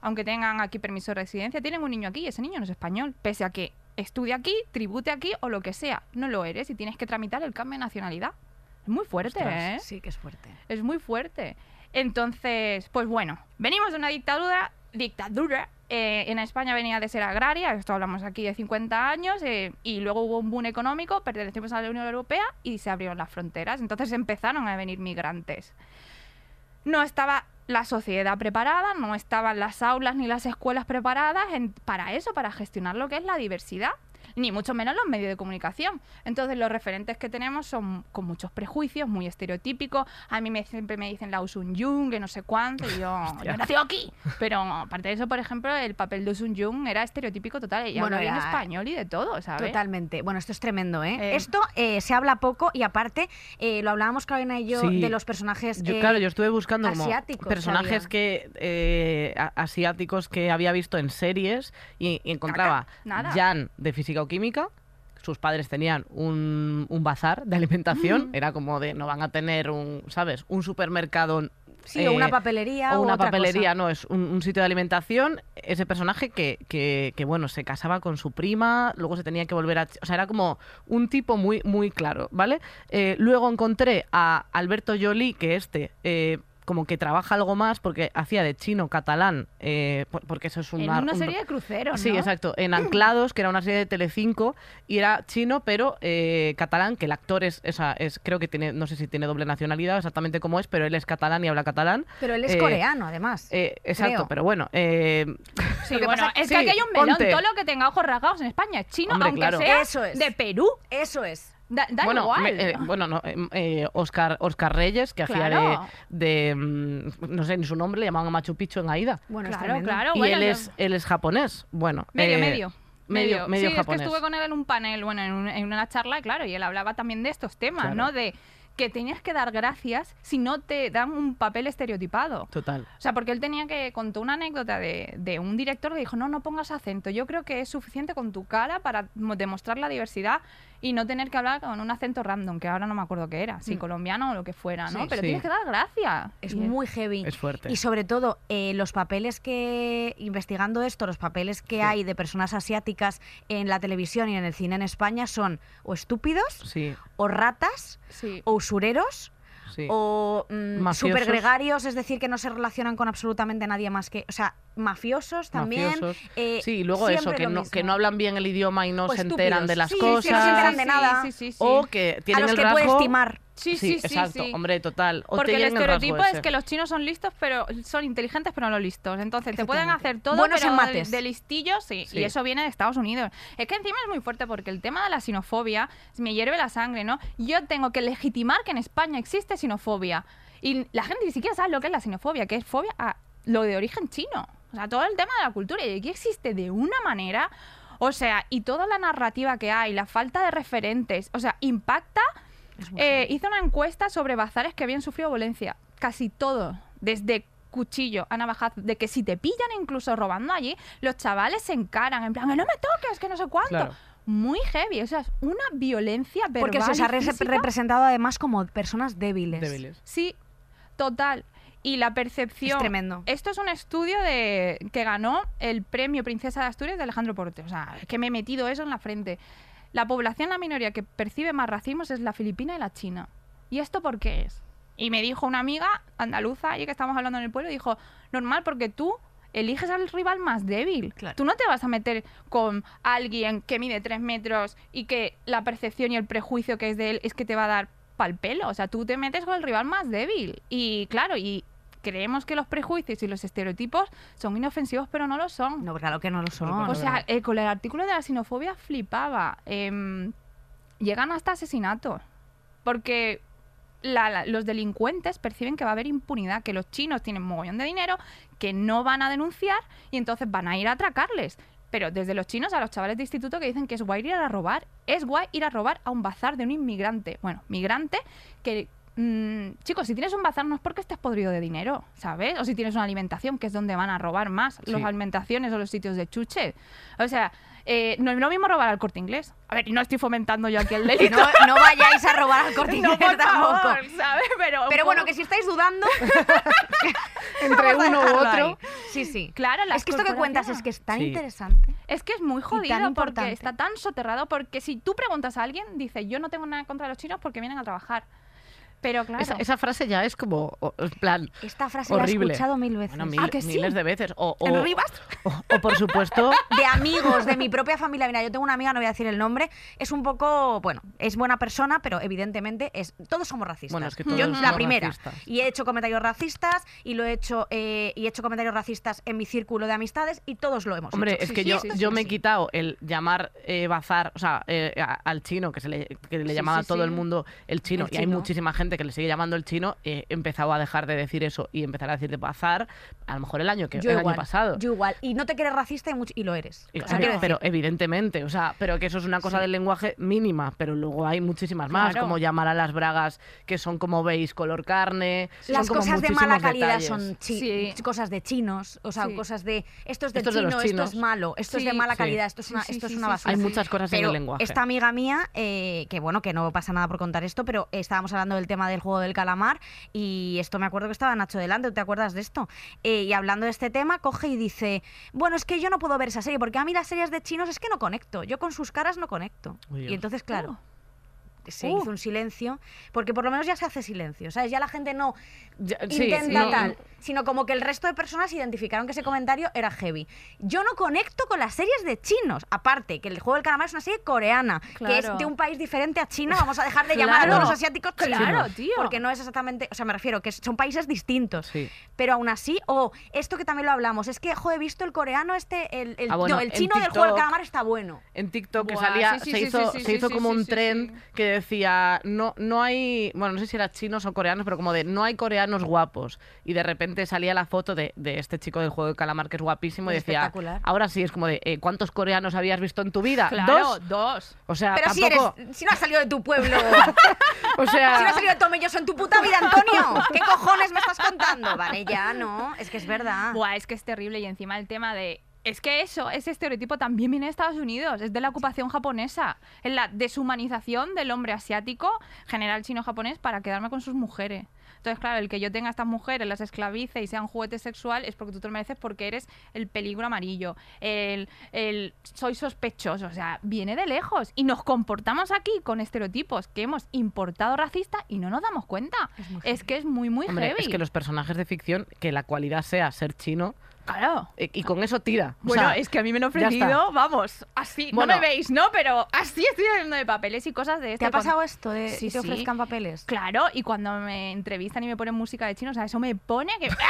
S4: aunque tengan aquí permiso de residencia, tienen un niño aquí y ese niño no es español, pese a que estudie aquí, tribute aquí o lo que sea, no lo eres y tienes que tramitar el cambio de nacionalidad. Es muy fuerte, ¿eh?
S3: Sí que es fuerte.
S4: Es muy fuerte. Entonces, pues bueno, venimos de una dictadura, dictadura. eh, en España venía de ser agraria, esto hablamos aquí de 50 años, eh, y luego hubo un boom económico, pertenecimos a la Unión Europea y se abrieron las fronteras. Entonces empezaron a venir migrantes. No estaba la sociedad preparada, no estaban las aulas ni las escuelas preparadas en- para eso, para gestionar lo que es la diversidad. ni mucho menos los medios de comunicación. Entonces los referentes que tenemos son con muchos prejuicios, muy estereotípicos. A mí me, siempre me dicen la Usun Jung, que no sé cuánto, y yo, yo he nacido aquí. Pero aparte de eso, por ejemplo, el papel de Usun Jung era estereotípico total. Ella
S3: Bueno,
S4: habla bien
S3: era-
S4: español y de todo, ¿sabes?
S3: Totalmente. Bueno, esto es tremendo, ¿eh?
S4: Eh.
S3: Esto eh, se habla poco y aparte eh, lo hablábamos Carolina y yo
S2: Sí.
S3: de los personajes.
S2: Yo,
S3: eh,
S2: claro, yo estuve buscando como
S3: asiáticos
S2: personajes
S3: había.
S2: que eh, a- asiáticos que había visto en series y, y encontraba
S4: nada.
S2: Jan de física o química. Sus padres tenían un, un bazar de alimentación. Era como de no van a tener un, ¿sabes? Un supermercado.
S3: Sí, o una
S2: eh,
S3: papelería
S2: o
S3: o
S2: una
S3: otra cosa.
S2: papelería, no, es un, un sitio de alimentación. Ese personaje que, que, que, bueno, se casaba con su prima, luego se tenía que volver a. Ch- O sea, era como un tipo muy, muy claro, ¿vale? Eh, luego encontré a Alberto Jolie, que este. eh, como que trabaja algo más porque hacía de chino catalán, eh, por- porque eso es
S4: En
S2: una,
S4: una
S2: un-
S4: serie de cruceros,
S2: Sí,
S4: ¿no?
S2: exacto. En Anclados, que era una serie de Telecinco, y era chino, pero eh, catalán, que el actor es, esa- es, creo que tiene, no sé si tiene doble nacionalidad, exactamente como es, pero él es catalán y habla catalán.
S3: Pero él es
S2: Eh,
S3: coreano, además.
S2: Eh, exacto,
S3: creo.
S2: pero bueno. eh,
S4: Sí,
S2: lo que
S4: bueno,
S2: pasa-
S4: es
S2: sí,
S4: que aquí hay un melón.
S2: ponte.
S4: Todo lo que tenga ojos rasgados en España es chino,
S2: Hombre,
S4: aunque
S2: claro.
S4: sea
S3: Eso es.
S4: de Perú.
S3: Eso es.
S4: Da, da
S2: bueno,
S4: igual.
S2: me- eh, bueno, no, eh, eh, Oscar, Oscar Reyes, que
S4: Claro.
S2: hacía de, de, mm, No sé ni su nombre, le llamaban a Machu Picchu en Aida.
S3: Bueno, es
S4: claro,
S3: tremendo.
S4: claro.
S2: y
S4: bueno,
S2: él
S4: yo-
S2: es, él es japonés. Bueno.
S4: Medio,
S2: eh,
S4: medio.
S2: Medio, medio
S4: sí,
S2: japonés.
S4: es que estuve con él en un panel, bueno, en, un- en una charla, claro, y él hablaba también de estos temas,
S2: Claro.
S4: ¿no? De que tenías que dar gracias si no te dan un papel estereotipado.
S2: Total.
S4: O sea, porque él tenía que contó una anécdota de, de un director que dijo, no, no pongas acento, yo creo que es suficiente con tu cara para mo- demostrar la diversidad y no tener que hablar con un acento random, que ahora no me acuerdo qué era, si colombiano o lo que fuera, ¿no?
S2: Mm. Sí,
S4: Pero
S2: sí.
S4: tienes que dar gracias.
S3: Es
S4: Y
S3: muy heavy.
S2: Es fuerte.
S3: Y sobre todo, eh, los papeles que, investigando esto, los papeles que hay de personas asiáticas en la televisión y en el cine en España son o estúpidos,
S2: Sí,
S3: o ratas,
S4: Sí.
S3: o usureros,
S2: sí.
S3: o mm,
S2: Mafiosos.
S3: supergregarios, es decir, que no se relacionan con absolutamente nadie más que. O sea, mafiosos también.
S2: Mafiosos.
S3: eh,
S2: sí, y luego
S3: siempre
S2: eso, que
S3: lo
S2: no, que
S3: mismo.
S2: no hablan bien el idioma y no
S3: O
S2: se enteran
S3: estúpidos.
S2: de las
S3: Sí, sí,
S2: cosas.
S3: sí, no se enteran de
S4: Sí,
S3: nada.
S4: Sí, sí, sí.
S2: O que
S3: A
S2: tienen
S3: los
S2: el
S3: que
S2: rasgo...
S3: puedes timar.
S4: sí,
S2: sí,
S4: sí, sí,
S2: exacto,
S4: sí.
S2: hombre, total. O
S4: Porque el
S2: tienen rasgo
S4: estereotipo es
S2: ese.
S4: que los chinos son listos, pero son inteligentes, pero no listos. Entonces, te pueden
S3: Efectivamente.
S4: hacer todo,
S3: Buenos
S4: pero
S3: en
S4: de-
S3: mates.
S4: de listillos, sí.
S2: Sí.
S4: Y eso viene de Estados Unidos. Es que encima es muy fuerte porque el tema de la sinofobia me hierve la sangre, ¿no? Yo tengo que legitimar que en España existe sinofobia. Y la gente ni siquiera sabe lo que es la sinofobia, que es fobia a lo de origen chino. O sea, todo el tema de la cultura. Y aquí existe de una manera... O sea, y toda la narrativa que hay, la falta de referentes, o sea, impacta eh, hice una encuesta sobre bazares que habían sufrido violencia. Casi todo, desde cuchillo a navajazo, de que si te pillan incluso robando allí, los chavales se encaran, en plan, "Que no me toques, que no sé cuánto.
S2: Claro.
S4: Muy heavy, o sea, es una violencia verbal
S3: Porque se os
S4: y
S3: ha re-
S4: física.
S3: representado además como personas débiles.
S2: débiles.
S4: Sí, total. Y la percepción...
S3: Es tremendo.
S4: Esto es un estudio de que ganó el premio Princesa de Asturias de Alejandro Porte. O sea, es que me he metido eso en la frente. La población, la minoría que percibe más racismos es la filipina y la china. ¿Y esto por qué es? Y me dijo una amiga andaluza, allí que estábamos hablando en el pueblo, dijo, normal, porque tú eliges al rival más débil.
S3: Claro.
S4: Tú no te vas a meter con alguien que mide tres metros y que la percepción y el prejuicio que es de él es que te va a dar pal pelo. O sea, tú te metes con el rival más débil. Y claro, y creemos que los prejuicios y los estereotipos son inofensivos, pero no lo son.
S3: No, claro que no lo son.
S2: bueno,
S4: o
S2: es
S4: sea,
S2: verdad.
S4: eh, con el artículo de la sinofobia flipaba. Em, llegan hasta asesinatos. Porque la- la- los delincuentes perciben que va a haber impunidad, que los chinos tienen mogollón de dinero, que no van a denunciar y entonces van a ir a atracarles. Pero desde los chinos a los chavales de instituto que dicen que es guay ir a robar, es guay ir a robar a un bazar de un inmigrante. Bueno, migrante que... mm, chicos, si tienes un bazar no es porque estés podrido de dinero, ¿sabes? O si tienes una alimentación, que es donde van a robar más, las
S2: Sí.
S4: alimentaciones o los sitios de chuche. O sea, eh, no es lo mismo robar al corte inglés. A ver, y no estoy fomentando yo aquí el
S3: Que
S4: delito.
S3: no, no vayáis a robar al corte
S4: No,
S3: Inglés
S4: por
S3: tampoco.
S4: favor, ¿sabes? Pero, un
S3: Pero bueno,
S4: poco-
S3: que si estáis dudando,
S2: Entre
S3: vamos a
S2: uno u
S3: dejarlo
S2: otro.
S3: ahí. Sí, sí.
S4: Claro, las
S3: es que esto que cuentas es que es tan
S2: Sí.
S3: interesante.
S4: Es que es muy jodido porque
S3: importante.
S4: está tan soterrado. Porque si tú preguntas a alguien, dice, yo no tengo nada contra los chinos porque vienen a trabajar. Pero claro.
S2: Esa, esa frase ya es como, o- en plan,
S3: Esta frase la
S2: Horrible.
S3: he escuchado mil veces.
S2: bueno, mil-
S4: ¿A que sí?
S2: miles de veces. O, o-
S4: ¿En Rivas?
S2: o- o, por supuesto,
S3: de amigos de mi propia familia. Mira, yo tengo una amiga, no voy a decir el nombre, es un poco, bueno, es buena persona, pero evidentemente es todos somos racistas.
S2: Bueno, es que
S3: yo
S2: todos
S3: la
S2: somos
S3: primera.
S2: racistas.
S3: Y he hecho comentarios racistas y lo he hecho eh, y he hecho comentarios racistas en mi círculo de amistades y todos lo hemos
S2: hombre,
S3: hecho.
S2: es
S4: Sí,
S2: que
S4: sí,
S2: yo,
S4: sí,
S2: yo
S4: sí,
S2: me he
S4: sí.
S2: quitado el llamar eh, bazar, o sea, eh, a- al chino, que se le, que le
S4: Sí,
S2: llamaba
S4: sí,
S2: todo el
S4: sí.
S2: mundo el chino,
S4: El
S2: y hay
S4: chino.
S2: muchísima gente que le sigue llamando el chino, eh, he empezado a dejar de decir eso y empezar a decir bazar, a lo mejor el año que el año pasado.
S3: Yo igual. Y no te crees racista y, much- y lo eres.
S2: Y
S3: O sea,
S2: claro,
S3: quiero
S2: pero
S3: decir,
S2: evidentemente, o sea, pero que eso es una cosa del lenguaje mínima, pero luego hay muchísimas más,
S4: Claro.
S2: como llamar a las bragas que son como veis color carne, son
S3: las
S2: como
S3: cosas de mala
S2: muchísimos
S3: calidad
S2: detalles.
S3: son chi-
S4: Sí.
S3: cosas de chinos, o sea,
S4: Sí.
S3: cosas de esto es de
S2: Esto es de
S3: chino,
S2: los
S3: esto es
S2: chinos.
S3: malo, esto es de
S4: Sí.
S3: mala
S2: Sí.
S3: calidad, esto es
S4: Sí,
S3: una,
S4: sí,
S3: esto es
S4: sí,
S3: una
S4: sí,
S3: basura.
S2: Hay muchas cosas en
S3: Pero
S2: el lenguaje.
S3: Esta amiga mía, eh, que bueno, que no pasa nada por contar esto, pero estábamos hablando del tema del juego del calamar y esto me acuerdo que estaba Nacho delante, ¿tú ¿te acuerdas de esto? Eh, y hablando de este tema, coge y dice, bueno, es que yo no puedo ver esa serie porque a mí las series de chinos es que no conecto, yo con sus caras no conecto.
S2: Uy, Dios.
S3: y entonces, claro. Se
S4: Uh.
S2: Oh.
S3: hizo un silencio, porque por lo menos ya se hace silencio, ¿sabes? Ya la gente no
S2: Ya- sí,
S3: intenta
S2: no-
S3: tal, sino como que el resto de personas identificaron que ese comentario era heavy. Yo no conecto con las series de chinos, aparte que el juego del calamar es una serie coreana, que es
S4: Claro.
S3: de un país diferente a China, vamos a dejar de llamar a
S4: Claro.
S3: todos los asiáticos chinos,
S4: Claro, tío.
S3: porque no es exactamente, o sea, me refiero que son países distintos.
S2: Sí.
S3: Pero aún así, o esto que también lo hablamos, es que, jo, he visto el coreano este, el, el-
S2: Ah, bueno,
S3: no, el
S2: en
S3: chino del juego del
S2: TikTok.
S3: calamar está bueno.
S2: En TikTok que
S4: Buah,
S2: salía,
S4: sí, sí,
S2: se
S4: sí,
S2: hizo,
S4: sí, sí,
S2: se hizo
S4: sí,
S2: como
S4: sí,
S2: un
S4: sí,
S2: tren
S4: sí.
S2: que decía, no, no hay, bueno, no sé si eran chinos o coreanos, pero como de no hay coreanos guapos. Y de repente salía la foto de, de este chico del juego de calamar que es guapísimo y
S3: Es
S2: decía,
S3: espectacular.
S2: ahora sí, es como de, eh, ¿cuántos coreanos habías visto en tu vida?
S4: Claro,
S2: ¿Dos?
S4: dos.
S2: O sea,
S3: Pero
S2: Ah, tampoco,
S3: si eres, si no has salido de tu pueblo,
S2: o
S3: Si no
S2: sea,
S3: ha salido Tomelloso en tu puta vida, Antonio. ¿Qué cojones me estás contando? Vale, ya, no. Es que es verdad.
S4: Buah, es que es terrible. Y encima el tema de. Es que eso, ese estereotipo también viene de Estados Unidos, es de la ocupación japonesa, es la deshumanización del hombre asiático, general chino-japonés, para quedarme con sus mujeres. Entonces, claro, el que yo tenga a estas mujeres, las esclavice y sean juguete sexual es porque tú te lo mereces porque eres el peligro amarillo, el, el soy sospechoso, o sea, viene de lejos. Y nos comportamos aquí con estereotipos que hemos importado racista y no nos damos cuenta. Es, que es muy, muy
S2: hombre,
S4: heavy.
S2: es que los personajes de ficción, que la cualidad sea ser chino,
S4: Claro.
S2: eh, y con eso tira. O
S4: Bueno,
S2: sea,
S4: es que a mí me han
S2: ya está.
S4: ofrecido, vamos, así,
S2: Bueno.
S4: no me veis, ¿no? Pero así estoy hablando de papeles y cosas de
S3: ¿Te
S4: este
S3: ha
S4: con-
S3: pasado esto de
S4: Sí,
S3: que te
S4: sí.
S3: ofrezcan papeles?
S4: Claro, y cuando me entrevistan y me ponen música de chino, o sea, eso me pone que... ¡Ah!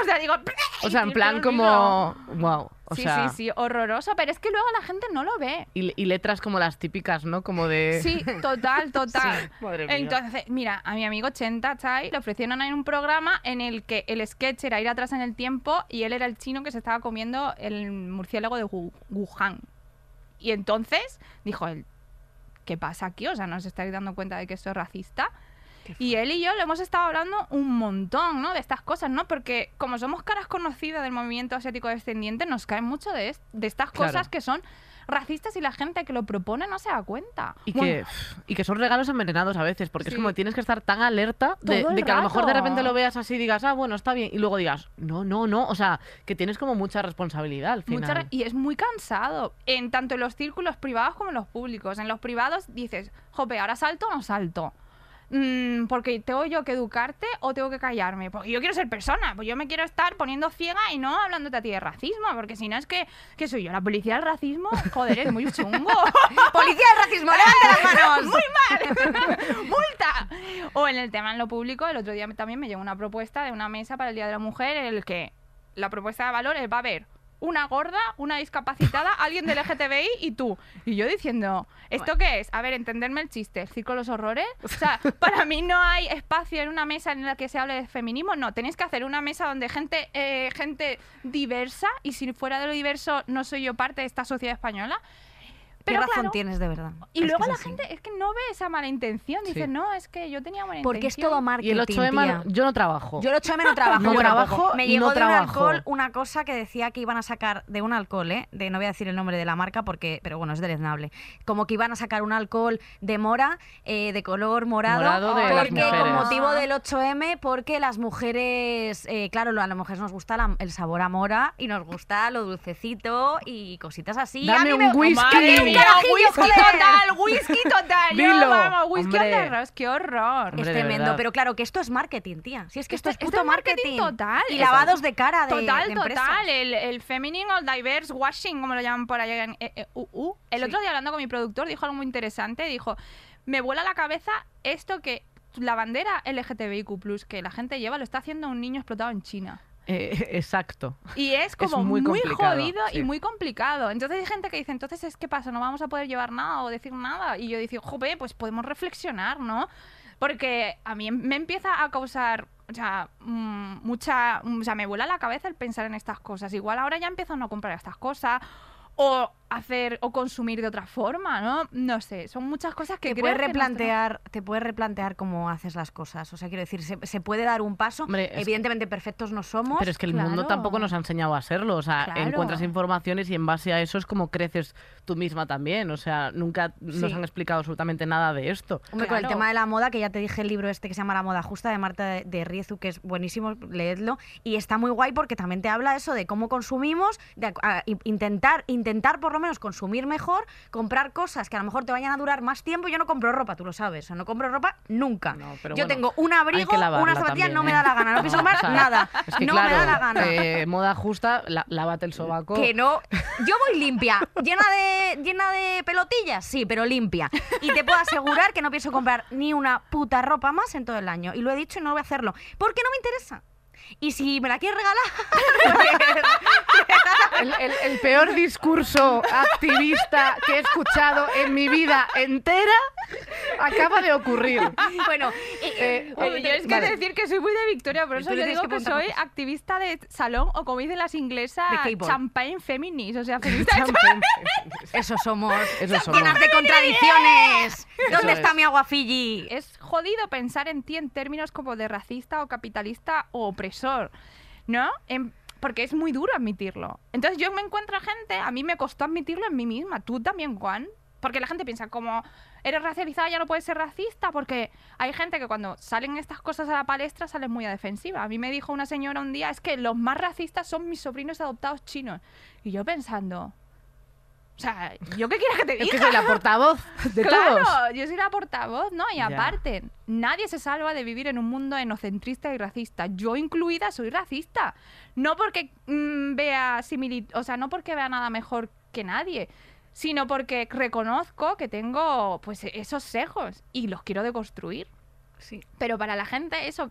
S4: O sea, digo...
S2: o sea, en
S4: y
S2: plan
S4: me
S2: como, wow, o
S4: sí,
S2: sea,
S4: sí, sí, horroroso, pero es que luego la gente no lo ve.
S2: Y, y letras como las típicas, ¿no? Como de...
S4: Sí, total, total.
S2: Madre mía.
S4: Entonces, mira, a mi amigo Chenta Chai le ofrecieron en un programa en el que el sketch era ir atrás en el tiempo y él era el chino que se estaba comiendo el murciélago de Wu- Wuhan. Y entonces dijo él, ¿qué pasa aquí? O sea, ¿no os estáis dando cuenta de que esto es racista? Y él y yo lo hemos estado hablando un montón, ¿no? De estas cosas, ¿no? Porque como somos caras conocidas del movimiento asiático descendiente, nos caen mucho de, est- de estas
S2: Claro.
S4: cosas que son racistas y la gente que lo propone no se da cuenta.
S2: Y
S4: Bueno,
S2: que, y que son regalos envenenados a veces, porque es
S4: Sí.
S2: como tienes que estar tan alerta de,
S4: Todo el
S2: de que a lo mejor de
S4: rato.
S2: repente lo veas así y digas, ah, bueno, está bien, y luego digas, no, no, no, o sea, que tienes como mucha responsabilidad al final.
S4: Mucha ra- y es muy cansado, en tanto en los círculos privados como en los públicos. En los privados dices, jope, ¿ahora salto o no salto? Mm, porque tengo yo que educarte o tengo que callarme. Porque yo quiero ser persona, pues yo me quiero estar poniendo ciega y no hablándote a ti de racismo. Porque si no es que, ¿qué soy yo? ¿La policía del racismo? Joder, es muy chungo.
S3: ¡Policía del racismo! ¿eh? ¡Levante las manos!
S4: ¡Multa! O en el tema en lo público, el otro día también me llegó una propuesta de una mesa para el Día de la Mujer en el que la propuesta de valores va a haber una gorda, una discapacitada, alguien del LGTBI y tú. Y yo diciendo, ¿esto qué es? A ver, entenderme el chiste, el circo de los horrores. O sea, para mí no hay espacio en una mesa en la que se hable de feminismo. No, tenéis que hacer una mesa donde gente, eh, gente diversa y si fuera de lo diverso no soy yo parte de esta sociedad española.
S3: ¿Qué
S4: Pero
S3: razón
S4: claro,
S3: tienes de verdad?
S4: y
S3: Es que
S4: luego
S3: es
S4: la
S3: así.
S4: gente es que no ve esa mala intención. Dice,
S2: Sí.
S4: no, es que yo tenía buena
S3: Porque es
S4: intención.
S3: todo
S2: Y
S3: marketing,
S2: el 8 de
S3: tía.
S2: mayo yo no trabajo.
S3: Yo el 8M no trabajo.
S2: No
S3: yo
S2: trabajo,
S3: tampoco. Me
S2: no
S3: llegó de un
S2: trabajo.
S3: alcohol una cosa que decía que iban a sacar de un alcohol, ¿eh? De, no voy a decir el nombre de la marca porque, pero bueno, es deleznable. Como que iban a sacar un alcohol de mora, eh, de color morado,
S2: Morado
S4: de las
S3: porque con
S4: mujeres.
S3: motivo del 8M, porque las mujeres, eh, claro, lo- a las mujeres nos gusta la- el sabor a mora y nos gusta lo dulcecito y cositas así.
S2: Dame
S3: a mí
S2: un
S3: me-
S2: whisky.
S3: ¡Madre mía!
S4: pero
S3: carajillo,
S4: whisky
S3: joder.
S4: total, whisky total. Yo,
S2: Dilo,
S4: vamos, whisky
S2: hombre.
S4: on the rocks, qué horror.
S2: Hombre,
S3: es
S2: de
S3: tremendo,
S2: verdad.
S3: pero claro que esto es marketing, tía. Si es que esto,
S4: Esto-
S3: es
S4: esto
S3: puto
S4: es marketing total.
S3: Y
S4: Eso es.
S3: lavados de cara de
S4: Total,
S3: de empresas.
S4: total. El, el feminine or diverse washing, como lo llaman por allá en eh, eh, UU. El
S3: Sí.
S4: otro día hablando con mi productor dijo algo muy interesante. Dijo, me vuela la cabeza esto que la bandera LGTBIQ+, que la gente lleva, lo está haciendo un niño explotado en China.
S2: Eh, exacto.
S4: Y es como
S2: muy
S4: muy,
S2: complicado,
S4: jodido
S2: sí.
S4: y muy complicado. Entonces hay gente que dice, entonces es que pasa, no vamos a poder llevar nada o decir nada. Y yo digo, jope, pues podemos reflexionar, ¿no? Porque a mí me empieza a causar, o sea, mm, mucha, mm, o sea, me vuela la cabeza el pensar en estas cosas. Igual ahora ya empiezo a no comprar estas cosas o hacer o consumir de otra forma, ¿no? No sé, son muchas cosas que
S3: Te
S4: creo
S3: puedes,
S4: que nuestro-
S3: replantear, te puedes replantear cómo haces las cosas. O sea, quiero decir, se, se puede dar un paso.
S2: Hombre, es que-
S3: Evidentemente perfectos no somos.
S2: Pero es que el mundo
S4: claro.
S2: tampoco nos ha enseñado a serlo. O sea,
S4: Claro.
S2: encuentras informaciones y en base a eso es como creces tú misma también. O sea, nunca nos
S3: Sí.
S2: han explicado absolutamente nada de esto.
S3: Hombre, con el
S4: Claro.
S3: tema de la moda, que ya te dije el libro este que se llama La moda justa de Marta de, de Riezu, que es buenísimo, leedlo. Y está muy guay porque también te habla eso de cómo consumimos, de ac- a- i- intentar, intentar por lo menos consumir mejor, comprar cosas que a lo mejor te vayan a durar más tiempo. Yo no compro ropa, tú lo sabes. O sea, no compro ropa nunca.
S2: No, pero
S3: Yo
S2: bueno,
S3: tengo un abrigo,
S2: Hay que lavarla
S3: unas zapatillas,
S2: también,
S3: no me
S2: ¿eh?
S3: da la gana. No pienso
S2: o
S3: comprar
S2: sea,
S3: nada.
S2: es que
S3: no me
S2: claro,
S3: da la gana.
S2: eh, moda justa, la- lávate el sobaco.
S3: Que no. Yo voy limpia, llena de, llena de pelotillas, sí, pero limpia. Y te puedo asegurar que no pienso comprar ni una puta ropa más en todo el año. Y lo he dicho y no voy a hacerlo. Porque no me interesa. Y si me la quieres regalar.
S2: El, el- el peor discurso activista que he escuchado en mi vida entera acaba de ocurrir.
S3: pues, bueno,
S2: Eh,
S4: Oye, yo es que
S2: vale.
S4: decir que soy muy de Victoria, por eso
S3: Victoria tienes
S4: yo digo
S3: que
S4: que,
S3: apuntar
S4: soy activista de salón o como dicen las inglesas,
S3: De K-pop.
S4: champagne feminist, o sea, feminista de
S3: eso somos.
S2: Eso somos.
S3: Llenas de contradicciones. ¿Dónde
S2: Eso
S3: está
S2: es.
S3: mi agua Fiji?
S4: es jodido pensar en ti en términos como de racista o capitalista o opresor, ¿no? En- porque es muy duro admitirlo. Entonces yo me encuentro a gente, a mí me costó admitirlo en mí misma, tú también, Juan. Porque la gente piensa, como eres racializada ya no puedes ser racista, porque hay gente que cuando salen estas cosas a la palestra salen muy a defensiva. A mí me dijo una señora un día, es que los más racistas son mis sobrinos adoptados chinos. Y yo pensando, o sea, ¿yo qué quieres que te diga?
S2: Es que soy la portavoz de
S4: claro,
S2: todos.
S4: yo soy la portavoz, ¿no? Y
S2: Ya.
S4: aparte, nadie se salva de vivir en un mundo enocentrista y racista. Yo incluida soy racista. No porque mm, vea simili- o sea, no porque vea nada mejor que nadie, sino porque reconozco que tengo pues esos sesgos y los quiero deconstruir.
S3: Sí.
S4: Pero para la gente eso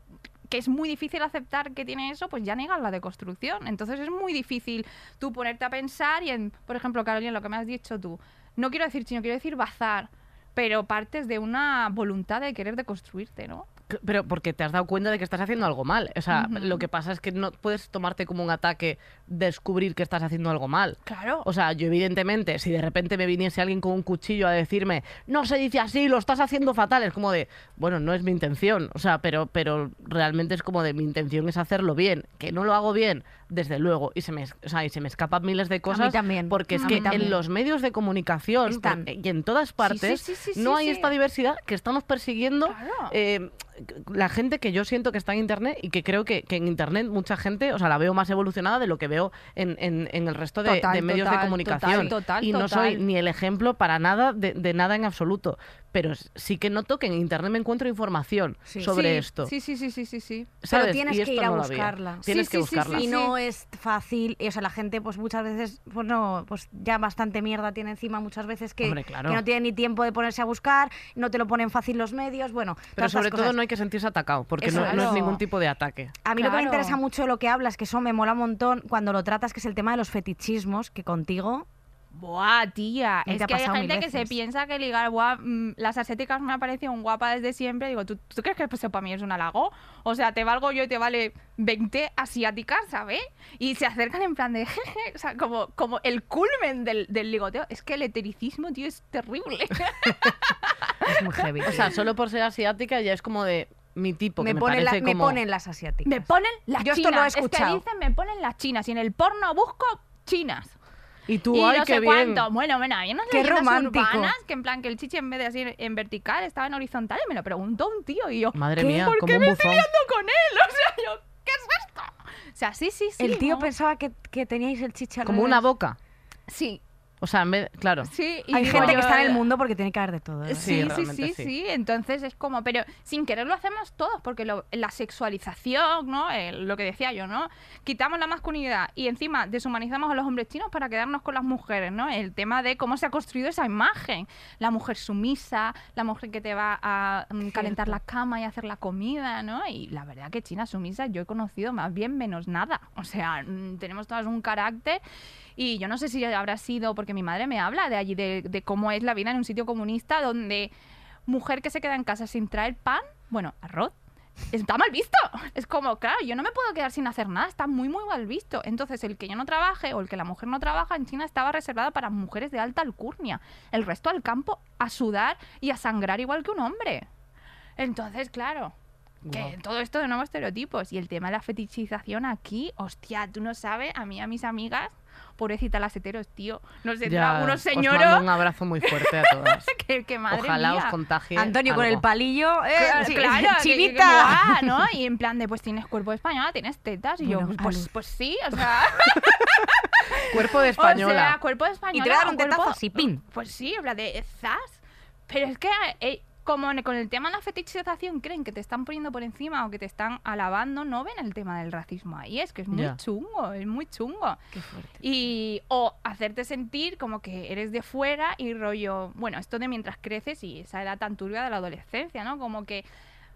S4: que es muy difícil aceptar que tiene eso, pues ya niegas la deconstrucción. Entonces es muy difícil tú ponerte a pensar y en, por ejemplo, Carolina, lo que me has dicho tú, no quiero decir chino, quiero decir bazar, pero partes de una voluntad de querer deconstruirte, ¿no?
S2: C- Pero porque te has dado cuenta de que estás haciendo algo mal. O sea,
S4: Ujú.
S2: lo que pasa es que no puedes tomarte como un ataque descubrir que estás haciendo algo mal.
S4: Claro.
S2: O sea, yo evidentemente, si de repente me viniese alguien con un cuchillo a decirme, no se dice así, lo estás haciendo fatal, es como de, bueno, no es mi intención. O sea, pero, pero realmente es como de, mi intención es hacerlo bien. Que no lo hago bien, desde luego. Y se me, es- o sea, y se me escapan miles de cosas.
S3: también,
S2: Porque es
S3: a
S2: que
S3: mí también.
S2: en los medios de comunicación
S3: Están.
S2: por- y en todas partes
S4: sí, sí, sí,
S2: no
S4: sí,
S2: hay
S4: sí.
S2: esta diversidad que estamos persiguiendo
S4: Claro.
S2: eh, la gente que yo siento que está en Internet y que creo que, que en Internet mucha gente, o sea, la veo más evolucionada de lo que veo en, en- en el resto de,
S4: Total,
S2: de medios de
S4: total,
S2: comunicación.
S4: total, total,
S2: y no
S4: total.
S2: soy ni el ejemplo para nada de, de nada en absoluto. Pero s- sí que noto que en Internet me encuentro información
S3: Sí.
S2: sobre
S4: Sí,
S2: esto.
S4: Sí, sí, sí, sí, sí, sí.
S2: ¿sabes?
S3: Pero tienes
S2: Y
S3: que
S2: esto
S3: ir a
S2: no lo había.
S3: buscarla.
S2: Tienes
S4: Sí,
S2: que
S4: sí, sí,
S2: buscarla.
S4: sí.
S3: y no es fácil. y, o sea, la gente, pues muchas veces, pues no, pues ya bastante mierda tiene encima muchas veces que,
S2: Hombre, claro.
S3: que no tiene ni tiempo de ponerse a buscar, no te lo ponen fácil los medios, bueno.
S2: Pero
S3: todas esas
S2: sobre todo
S3: cosas.
S2: no hay que sentirse atacado, porque no,
S3: Eso,
S2: no es
S4: claro.
S2: ningún tipo de ataque.
S3: A mí lo que me
S4: Claro.
S3: interesa mucho de lo que hablas, que eso me mola un montón cuando lo tratas, que es el tema de los fetichismos, que contigo.
S4: Buah, tía.
S3: Y
S4: Es
S3: te ha
S4: que hay
S3: pasado
S4: gente
S3: mil
S4: que se
S3: veces.
S4: piensa que ligar, guap, mm, las asiáticas me han parecido un guapa desde siempre. Digo, ¿tú, tú crees que eso para mí es un halago? O sea, te valgo yo y te vale 20 asiáticas, ¿sabes? Y se acercan en plan de jeje. O sea, como, como el culmen del, del ligoteo. Es que el hetericismo, tío, es terrible.
S3: Es muy heavy.
S2: O sea, solo por ser asiática ya es como de mi tipo, que
S3: me,
S2: me,
S3: ponen la-
S2: parece
S3: me
S2: como...
S3: ponen las asiáticas.
S4: me ponen las
S3: Yo
S4: chinas.
S3: esto lo he
S4: Es
S3: escuchado.
S4: que dicen me ponen las chinas. Y en el porno busco chinas.
S2: Y tú,
S4: y
S2: ay,
S4: no
S2: qué
S4: sé
S2: bien.
S4: cuánto. Bueno, bueno, hay unas
S3: Qué
S4: leyendas
S3: romántico.
S4: urbanas que en plan que el chichi en vez de así en vertical estaba en horizontal y me lo preguntó un tío y yo,
S2: Madre
S4: ¿qué?
S2: mía,
S4: ¿por
S2: como
S4: qué
S2: un
S4: me
S2: bufón.
S4: estoy liando con él? O sea, yo, ¿qué es esto? O sea, sí, sí, sí.
S3: el tío pues,
S4: ¿no?
S3: pensaba que, que teníais el chicha
S2: Como una boca.
S4: Sí.
S2: O sea, en vez- claro.
S4: Sí, y
S3: Hay
S4: digo
S3: gente
S4: yo, eh,
S3: que está en el mundo porque tiene que haber de todo. ¿eh?
S2: Sí,
S4: Sí, sí,
S2: realmente
S4: sí,
S2: sí.
S4: sí, Entonces es como, pero sin querer lo hacemos todos, porque lo- la sexualización, ¿no? Eh, lo que decía yo, ¿no? Quitamos la masculinidad y encima deshumanizamos a los hombres chinos para quedarnos con las mujeres, ¿no? El tema de cómo se ha construido esa imagen. La mujer sumisa, la mujer que te va a mm, calentar la cama y hacer la comida, ¿no? Y la verdad que China sumisa yo he conocido más bien menos nada. O sea, mm, tenemos todas un carácter y yo no sé si habrá sido, porque mi madre me habla de allí, de, de cómo es la vida en un sitio comunista donde mujer que se queda en casa sin traer pan, bueno, arroz, está mal visto. Es como, claro, yo no me puedo quedar sin hacer nada, está muy, muy mal visto. Entonces, el que yo no trabaje o el que la mujer no trabaja en China estaba reservada para mujeres de alta alcurnia. El resto al campo a sudar y a sangrar igual que un hombre. Entonces, claro, que
S2: Guau.
S4: todo esto de nuevos estereotipos y el tema de la fetichización aquí, hostia, tú no sabes, a mí, a mis amigas, pobrecita las heteros, tío, nos entra unos
S2: os mando
S4: señores
S2: un abrazo muy fuerte a todas.
S4: que, que madre
S2: Ojalá
S4: mía.
S2: os contagie.
S3: Antonio con el
S2: algo.
S3: palillo, eh,
S4: Claro,
S3: chi-
S4: claro, que- que
S3: chinita.
S4: como, ah, ¿no? Y en plan de, pues tienes cuerpo de española, tienes tetas. Y
S3: Bueno,
S4: yo, pues,
S3: Aluz.
S4: pues sí, o sea,
S2: Cuerpo de
S4: o sea,
S2: española.
S4: cuerpo de española.
S3: Y te voy a dar
S4: o
S3: un
S4: cuerpo-
S3: tetazo así, pin.
S4: Pues sí, en plan de, zas. Pero es que, eh, como en- con el tema de la fetichización, creen que te están poniendo por encima o que te están alabando, no ven el tema del racismo ahí. Es que es muy
S2: Ya.
S4: chungo, es muy chungo. Y, o hacerte sentir como que eres de fuera y rollo, bueno, esto de mientras creces y esa edad tan turbia de la adolescencia, ¿no? Como que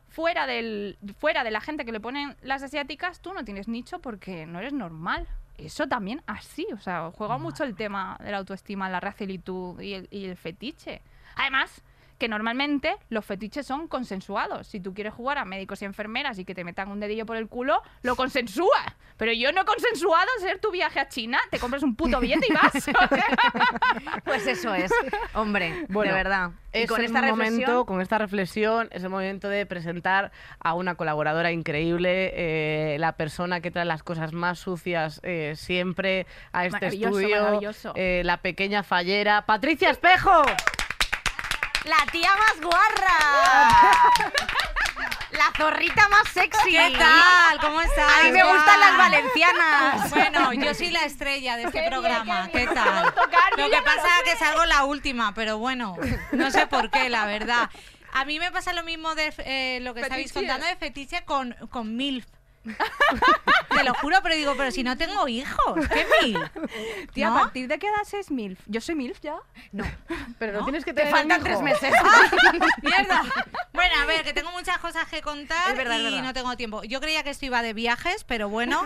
S4: fuera, del, fuera de la gente que le ponen las asiáticas, tú no tienes nicho porque no eres normal. Eso también así, o sea, juega mucho el tema de la autoestima, la racialitud y el, y el fetiche. Además, que normalmente los fetiches son consensuados. Si tú quieres jugar a médicos y enfermeras y que te metan un dedillo por el culo, lo consensúas. Pero yo no he consensuado ser tu viaje a China, te compras un puto billete y vas.
S3: Pues eso es, hombre,
S2: Bueno,
S3: de verdad. Y
S2: Es
S3: con
S2: el
S3: esta
S2: momento,
S3: reflexión,
S2: con esta reflexión, es el momento de presentar a una colaboradora increíble, eh, la persona que trae las cosas más sucias eh, siempre a este
S4: Maravilloso,
S2: estudio,
S4: maravilloso.
S2: eh, la pequeña fallera, Patricia Espejo.
S3: la tía más guarra. La zorrita más sexy.
S6: ¿Qué tal? ¿Cómo estás?
S3: A mí me gustan las valencianas.
S6: Bueno, yo soy la estrella de este
S4: Qué bien,
S6: programa.
S4: qué
S6: ¿Qué
S4: bien.
S6: tal?
S4: Vamos a tocar,
S6: Lo
S4: yo
S6: que
S4: ya me
S6: pasa es que salgo la última, pero bueno, no sé por qué, la verdad. A mí me pasa lo mismo de eh, lo que estabais
S4: Fetiche.
S6: contando de fetiche con, con MILF. Te lo juro, pero digo, pero si no tengo hijos, ¿qué MILF?
S4: Tía,
S6: ¿No?
S4: ¿a partir de qué edad es MILF? Yo soy MILF ya.
S2: Pero no,
S6: ¿No?
S2: tienes que tener un hijo.
S6: Ah, Mierda. Bueno, a ver, que tengo muchas cosas que contar
S3: Es verdad, es
S6: y
S3: verdad.
S6: no tengo tiempo. Yo creía que esto iba de viajes, pero bueno,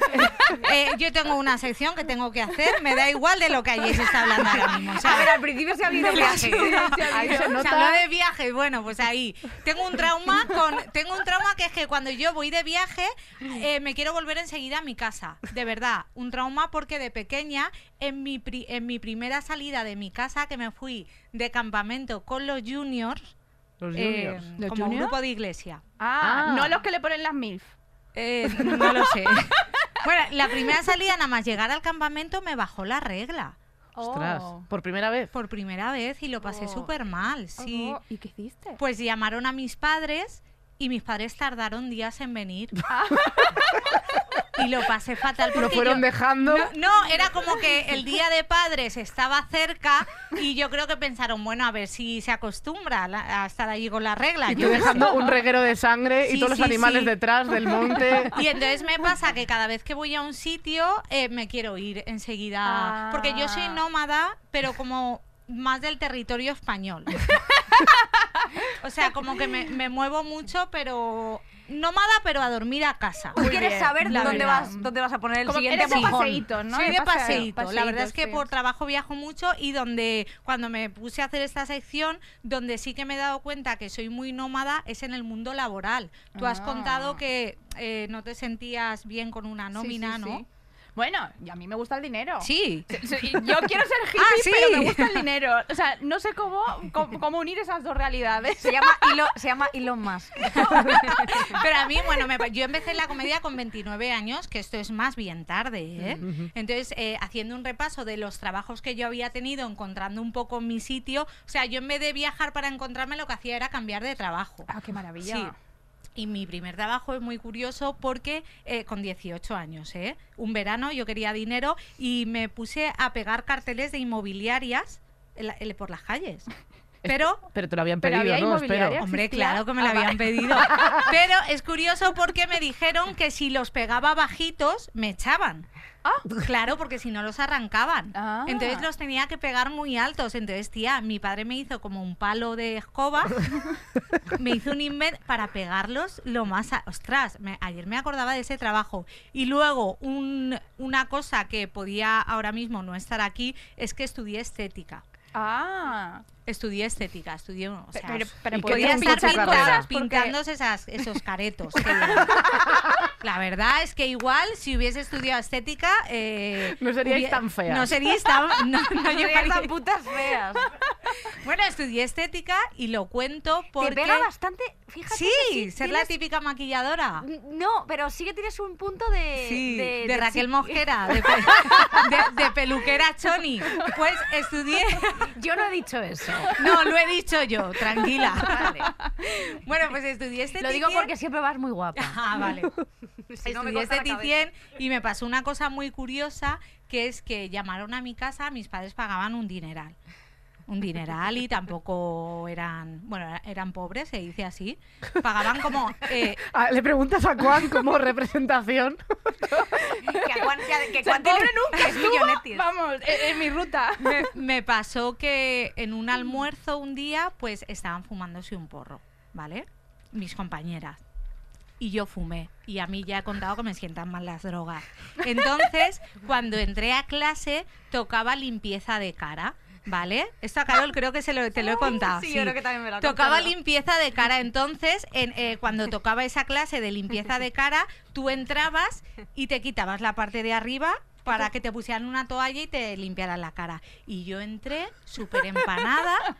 S6: eh, yo tengo una sección que tengo que hacer. Me da igual de lo que allí se está hablando ahora mismo.
S3: A
S6: ¿sabes?
S3: ver, al principio se ha habido viaje.
S2: Ahí se
S6: Se
S2: nota.
S6: habló de viajes, bueno, pues ahí. Tengo un trauma con, tengo un trauma que es que cuando yo voy de viaje, eh, me quiero volver enseguida a mi casa. De verdad, un trauma porque de pequeña, en mi, pri- en mi primera salida de mi casa, que me fui de campamento con los juniors,
S2: Los
S6: eh,
S2: juniors.
S4: ¿Los
S6: como
S4: juniors?
S6: grupo de iglesia.
S4: Ah,
S2: Ah.
S4: no los que le ponen las MILF.
S6: Eh, no lo sé. bueno, la primera salida, nada más llegar al campamento, me bajó la regla
S2: Ostras,
S4: Oh.
S2: por primera vez.
S6: por primera vez y lo pasé
S4: Oh.
S6: súper mal. Sí.
S4: Oh, ¿Y qué hiciste?
S6: Pues llamaron a mis padres y mis padres tardaron días en venir. y lo pasé fatal
S2: Lo
S6: porque
S2: fueron
S6: yo-
S2: dejando.
S6: No, era como que el día de padres estaba cerca y yo creo que pensaron, bueno, a ver si se acostumbra a, la- a estar allí con la regla.
S2: Y
S6: yo
S2: tú
S6: qué sé.
S2: dejando un reguero de sangre y
S6: Sí,
S2: todos los
S6: sí,
S2: animales
S6: sí.
S2: detrás del monte.
S6: Y entonces me pasa que cada vez que voy a un sitio eh, me quiero ir enseguida.
S4: Ah.
S6: Porque yo soy nómada, pero como más del territorio español. o sea, como que me, me muevo mucho, pero nómada, pero a dormir a casa.
S3: ¿Tú quieres
S4: bien,
S3: saber
S4: la
S3: dónde
S4: verdad.
S3: vas, dónde vas a poner el
S4: Como que
S3: siguiente
S4: eres de
S3: mojón?
S4: paseíto, ¿no?
S6: Soy de
S4: paseo,
S6: paseíto. La verdad es que
S4: paseíto,
S6: por
S4: sí.
S6: trabajo viajo mucho y donde cuando me puse a hacer esta sección, donde sí que me he dado cuenta que soy muy nómada es en el mundo laboral. Tú has
S4: Ah.
S6: contado que eh, no te sentías bien con una
S4: Sí, sí,
S6: nómina,
S4: sí. Bueno, y a mí me gusta el dinero.
S6: ¿no? Sí.
S4: Sí, Este, sí, Yo quiero ser hippie,
S6: Ah, sí.
S4: pero me gusta el dinero. O sea, no sé cómo, cómo, cómo unir esas dos realidades.
S3: Se llama, Elon, se llama Elon Musk.
S6: Pero a mí, bueno, me pa- yo empecé en la comedia con 29 años, que esto es más bien tarde, ¿eh? Entonces, eh, haciendo un repaso de los trabajos que yo había tenido, encontrando un poco mi sitio, o sea, yo en vez de viajar para encontrarme, lo que hacía era cambiar de trabajo.
S4: Ah, qué maravilla.
S6: Sí. Y mi primer trabajo es muy curioso porque eh, con 18 años, ¿eh? un verano yo quería dinero y me puse a pegar carteles de inmobiliarias en la- en- por las calles. Pero
S2: Pero te lo habían
S4: Pero
S2: pedido,
S4: había
S2: ¿no? Espero.
S4: inmobiliarias.
S6: Hombre,
S4: existía?
S6: claro que me
S4: Ah,
S6: lo
S4: vale.
S6: habían pedido. Pero es curioso porque me dijeron que si los pegaba bajitos, me echaban. Claro, porque si no los arrancaban.
S4: Ah.
S6: Entonces los tenía que pegar muy altos. Entonces, tía, mi padre me hizo como un palo de escoba. me hizo un invent para pegarlos lo más... a- Ostras, me- ayer me acordaba de ese trabajo. Y luego, un- una cosa que podía ahora mismo no estar aquí es que estudié estética.
S4: Ah,
S6: Estudié estética, estudié... o sea,
S4: pero,
S2: ¿y
S4: pero
S2: qué
S4: podía
S2: te
S4: estar
S2: pinchas
S6: pintar
S2: la
S4: cosas
S2: cara?
S4: porque-
S6: pintándose esas, esos caretos. que- la verdad es que igual si hubiese estudiado estética... eh,
S2: No seríais
S6: hubie-
S2: tan feas.
S6: No seríais tan... No, no, yo
S3: Serías tan
S6: pare-
S3: putas feas.
S6: Bueno, estudié estética y lo cuento porque...
S3: Te pega bastante, fíjate.
S6: Sí,
S3: que
S6: ser la
S3: tienes-
S6: típica maquilladora.
S3: No, pero sí que tienes un punto de.
S6: Sí, de,
S3: de
S6: Raquel
S3: chi-
S6: Mosquera, de, pe- de- de peluquera Choni. Pues estudié...
S3: Yo no he dicho eso.
S6: No, lo he dicho yo, tranquila.
S3: Vale.
S6: Bueno, pues estudié estética.
S3: Lo digo porque siempre vas muy guapa.
S6: Ah, vale.
S3: Si no, me
S6: Estudié
S3: corta la
S6: esteticien y me pasó una cosa muy curiosa, que es que llamaron a mi casa, mis padres pagaban un dineral. Un dineral y tampoco eran, bueno, era- eran pobres, se dice así. Pagaban como... eh,
S2: Ah, Le preguntas a Juan como representación.
S3: Que aguante- que
S4: O sea,
S3: aguante
S4: pobre
S3: el-
S4: nunca
S3: el millonetti.
S4: estuvo, vamos, en, en mi ruta.
S6: me, me pasó que en un almuerzo un día, pues estaban fumándose un porro, ¿vale? Mis compañeras. Y yo fumé. Y a mí ya he contado que me sientan mal las drogas. Entonces, cuando entré a clase, tocaba limpieza de cara, ¿vale? Esto a Carol creo que se lo, te lo he contado.
S3: Sí, yo creo que también me lo ha
S6: Tocaba
S3: contado.
S6: limpieza de cara. Entonces, en, eh, cuando tocaba esa clase de limpieza de cara, tú entrabas y te quitabas la parte de arriba para que te pusieran una toalla y te limpiaran la cara. Y yo entré súper empanada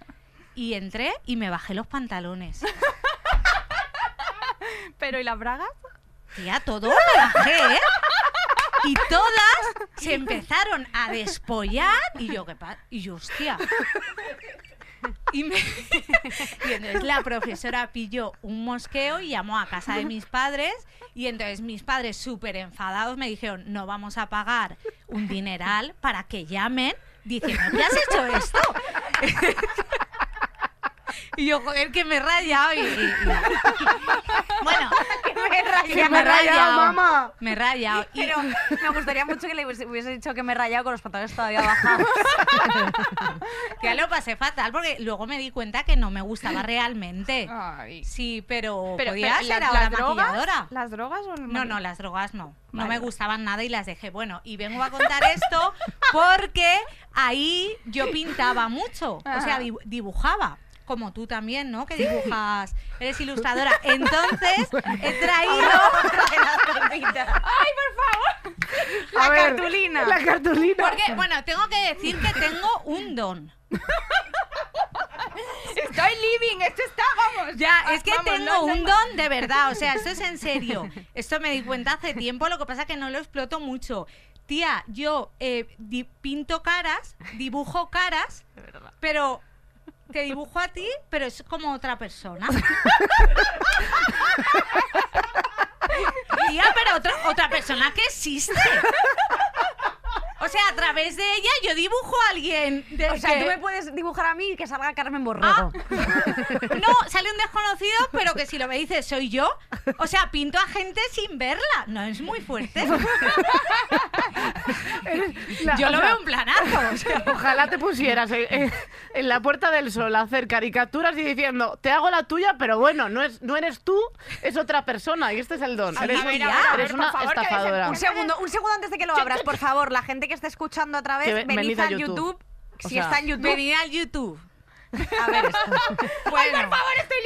S6: y entré y me bajé los pantalones.
S4: Pero ¿y las bragas?
S6: Tía, todo me bajé, ¿eh? Y todas se empezaron a despollar y yo, ¿qué pasa? Y yo, hostia. Y, me- y entonces la profesora pilló un mosqueo y llamó a casa de mis padres y entonces mis padres súper enfadados me dijeron, no vamos a pagar un dineral para que llamen diciendo, ¿qué has hecho esto? Y yo, joder, que me he rayado. Y, y- y- Bueno,
S3: Me he rayado.
S6: que me he rayado.
S2: mamá!
S6: Me he rayado. Ah, Y-
S3: Pero me gustaría mucho que le hubiese, hubiese dicho que me he rayado con los pantalones todavía bajados.
S6: Ya lo pasé fatal porque luego me di cuenta que no me gustaba realmente.
S4: Ay.
S6: Sí, pero,
S4: Ah, Pero,
S6: podía
S4: pero,
S6: ser
S4: ¿la-
S6: ahora
S4: las drogas?
S6: maquilladora.
S4: ¿Las drogas o el
S6: No, no,
S4: maquillaje?
S6: las drogas no. No
S4: Vale.
S6: me gustaban nada y las dejé. Bueno, y vengo a contar esto porque ahí yo pintaba mucho. O sea,
S4: Ajá.
S6: dibu- dibujaba. Como tú también, ¿no? Que dibujas. Eres ilustradora. Entonces, he traído.
S2: A ver,
S3: cartulina.
S2: La cartulina.
S6: Porque, bueno, tengo que decir que tengo un don.
S4: Estoy living, esto está, vamos.
S6: Ya,
S4: Ah,
S6: es que
S4: vamos,
S6: tengo
S4: no, no,
S6: un
S4: no.
S6: don de verdad, o sea, esto es en serio. Esto me di cuenta hace tiempo, lo que pasa que no lo exploto mucho. Tía, yo eh, di- pinto caras, dibujo caras, pero te dibujo a ti, pero es como otra persona. Tía, pero otra, otra persona que existe. O sea, a través de ella yo dibujo a alguien. de-
S3: O sea,
S6: que- Ah,
S3: tú me puedes dibujar a mí y que salga Carmen Borrego.
S6: no, sale un desconocido, pero que si lo me dices soy yo. O sea, pinto a gente sin verla. No, es muy fuerte.
S2: La-
S6: Yo
S2: o
S6: lo
S2: sea,
S6: veo un planazo. o sea.
S2: Ojalá te pusieras en, en- en la Puerta del Sol a hacer caricaturas y diciendo, te hago la tuya, pero bueno, no, es, no eres tú, es otra persona. Y este es el don.
S6: A
S2: eres
S6: ver,
S2: un-
S6: a ver, a ver,
S2: eres
S4: por
S2: una
S4: favor, que
S2: estafadora.
S3: Un segundo, un segundo antes de que lo abras, por favor. La gente que está escuchando a través,
S2: Que ve-
S3: venid a YouTube.
S2: O
S3: Si
S2: sea,
S3: está en YouTube,
S6: Venid al YouTube.
S3: a ver esto.
S6: Bueno,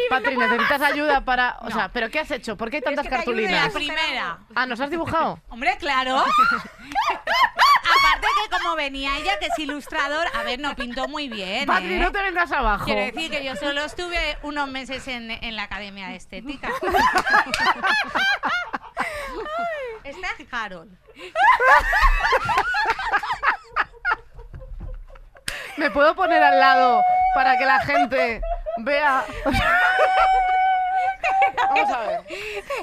S2: Patri, necesitas ayuda para... O sea, ¿pero qué has hecho? ¿Por qué hay tantas
S3: que te ayude
S6: la
S2: cartulinas?
S6: primera.
S2: Ah, ¿nos has dibujado?
S6: Hombre, claro. Aparte que como venía ella, que es ilustrador, a ver, no pintó muy bien.
S2: Patri,
S6: ¿eh?
S2: no te vengas abajo.
S6: Quiero decir que yo solo estuve unos meses en, en la Academia de Estética. Está Harold.
S2: ¿Me puedo poner al lado para que la gente vea? Vamos a ver.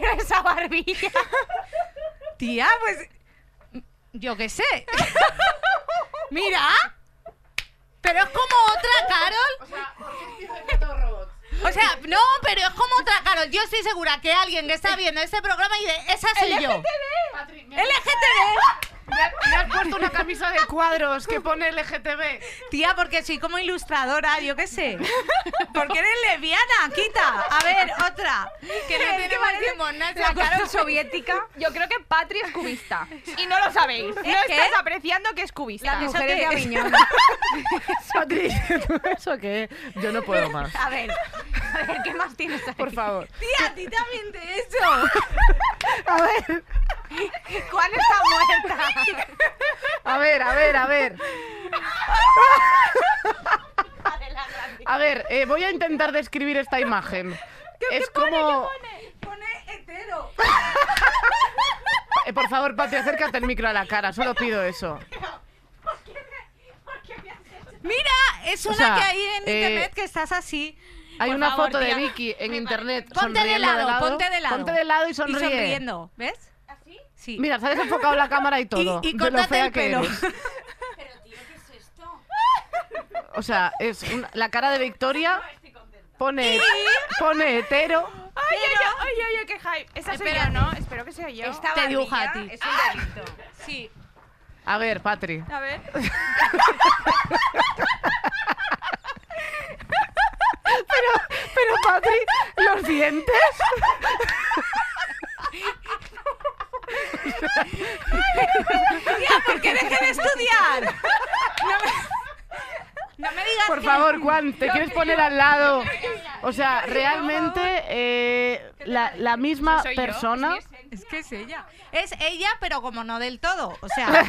S3: Pero esa barbilla.
S6: Tía, pues. Yo qué sé. Mira. Pero es como otra Carol. O sea, no, pero es como otra Carol. Yo estoy segura que alguien que está viendo este programa y de esa soy yo.
S2: Patri, me,
S6: LGTB.
S2: me has puesto una camisa de cuadros que pone LGTB.
S6: Tía, porque soy como ilustradora, yo qué sé. Porque eres lesbiana, quita. A ver, otra. Que no
S3: que
S6: tenemos
S3: parece
S6: nada.
S3: La cara soviética.
S4: Yo creo que Patri es cubista. Y no lo sabéis. No
S6: ¿Es qué?
S4: estás apreciando que es cubista.
S6: La ¿Eso
S3: Mujeres
S6: qué
S3: de
S6: es?
S3: Aviñón.
S2: Patri, ¿eso qué? Yo no puedo más.
S3: A ver, a ver, ¿qué más tienes ahí?
S2: Por favor.
S6: Tía, a ti también te he hecho.
S2: A ver,
S3: ¿Cuál está muerta?
S2: a ver, a ver, a ver. A ver, eh, voy a intentar describir esta imagen. es como.
S6: Pone hetero.
S2: Eh, por favor, Patri, acércate el micro a la cara, solo pido eso.
S6: Mira, es
S2: O
S6: una
S2: sea,
S6: que hay en
S2: eh,
S6: internet que estás así.
S2: Hay
S6: Por
S2: una
S6: favor,
S2: foto de
S6: tía.
S2: Vicky en
S6: Me
S2: internet.
S6: parece- Ponte de
S2: sonriendo
S6: lado, ponte de lado.
S2: Ponte de lado y
S6: Y
S2: sonríe.
S6: sonriendo, ¿ves? ¿Así? Sí.
S2: Mira, se ha desenfocado la cámara y todo.
S6: y, y
S2: de lo
S6: córtate
S2: fea
S6: el
S2: que
S6: pelo.
S2: eres. O sea, es una- la cara de Victoria. Pone, pone hetero.
S4: Ay, ay, ay, ay, ay, qué hype. Esa soy yo,
S6: Espérate.
S4: ¿no? Espero que sea yo.
S3: Esta
S6: Te
S3: barbilla
S6: dibuja a ti.
S3: Es un delito.
S6: Sí.
S2: A ver, Patri.
S3: Ah.
S4: A ver.
S2: Pero, Patri, los dientes.
S6: Tía, ¿por qué dejé de estudiar? No me, no me digas
S2: Por
S6: que-
S2: favor, Juan, te quieres poner al lado. O sea, realmente eh, la, la misma
S4: ¿Soy yo?
S2: persona.
S4: Sí, sí.
S6: Es que es ella. Es ella, pero como no del todo. O sea.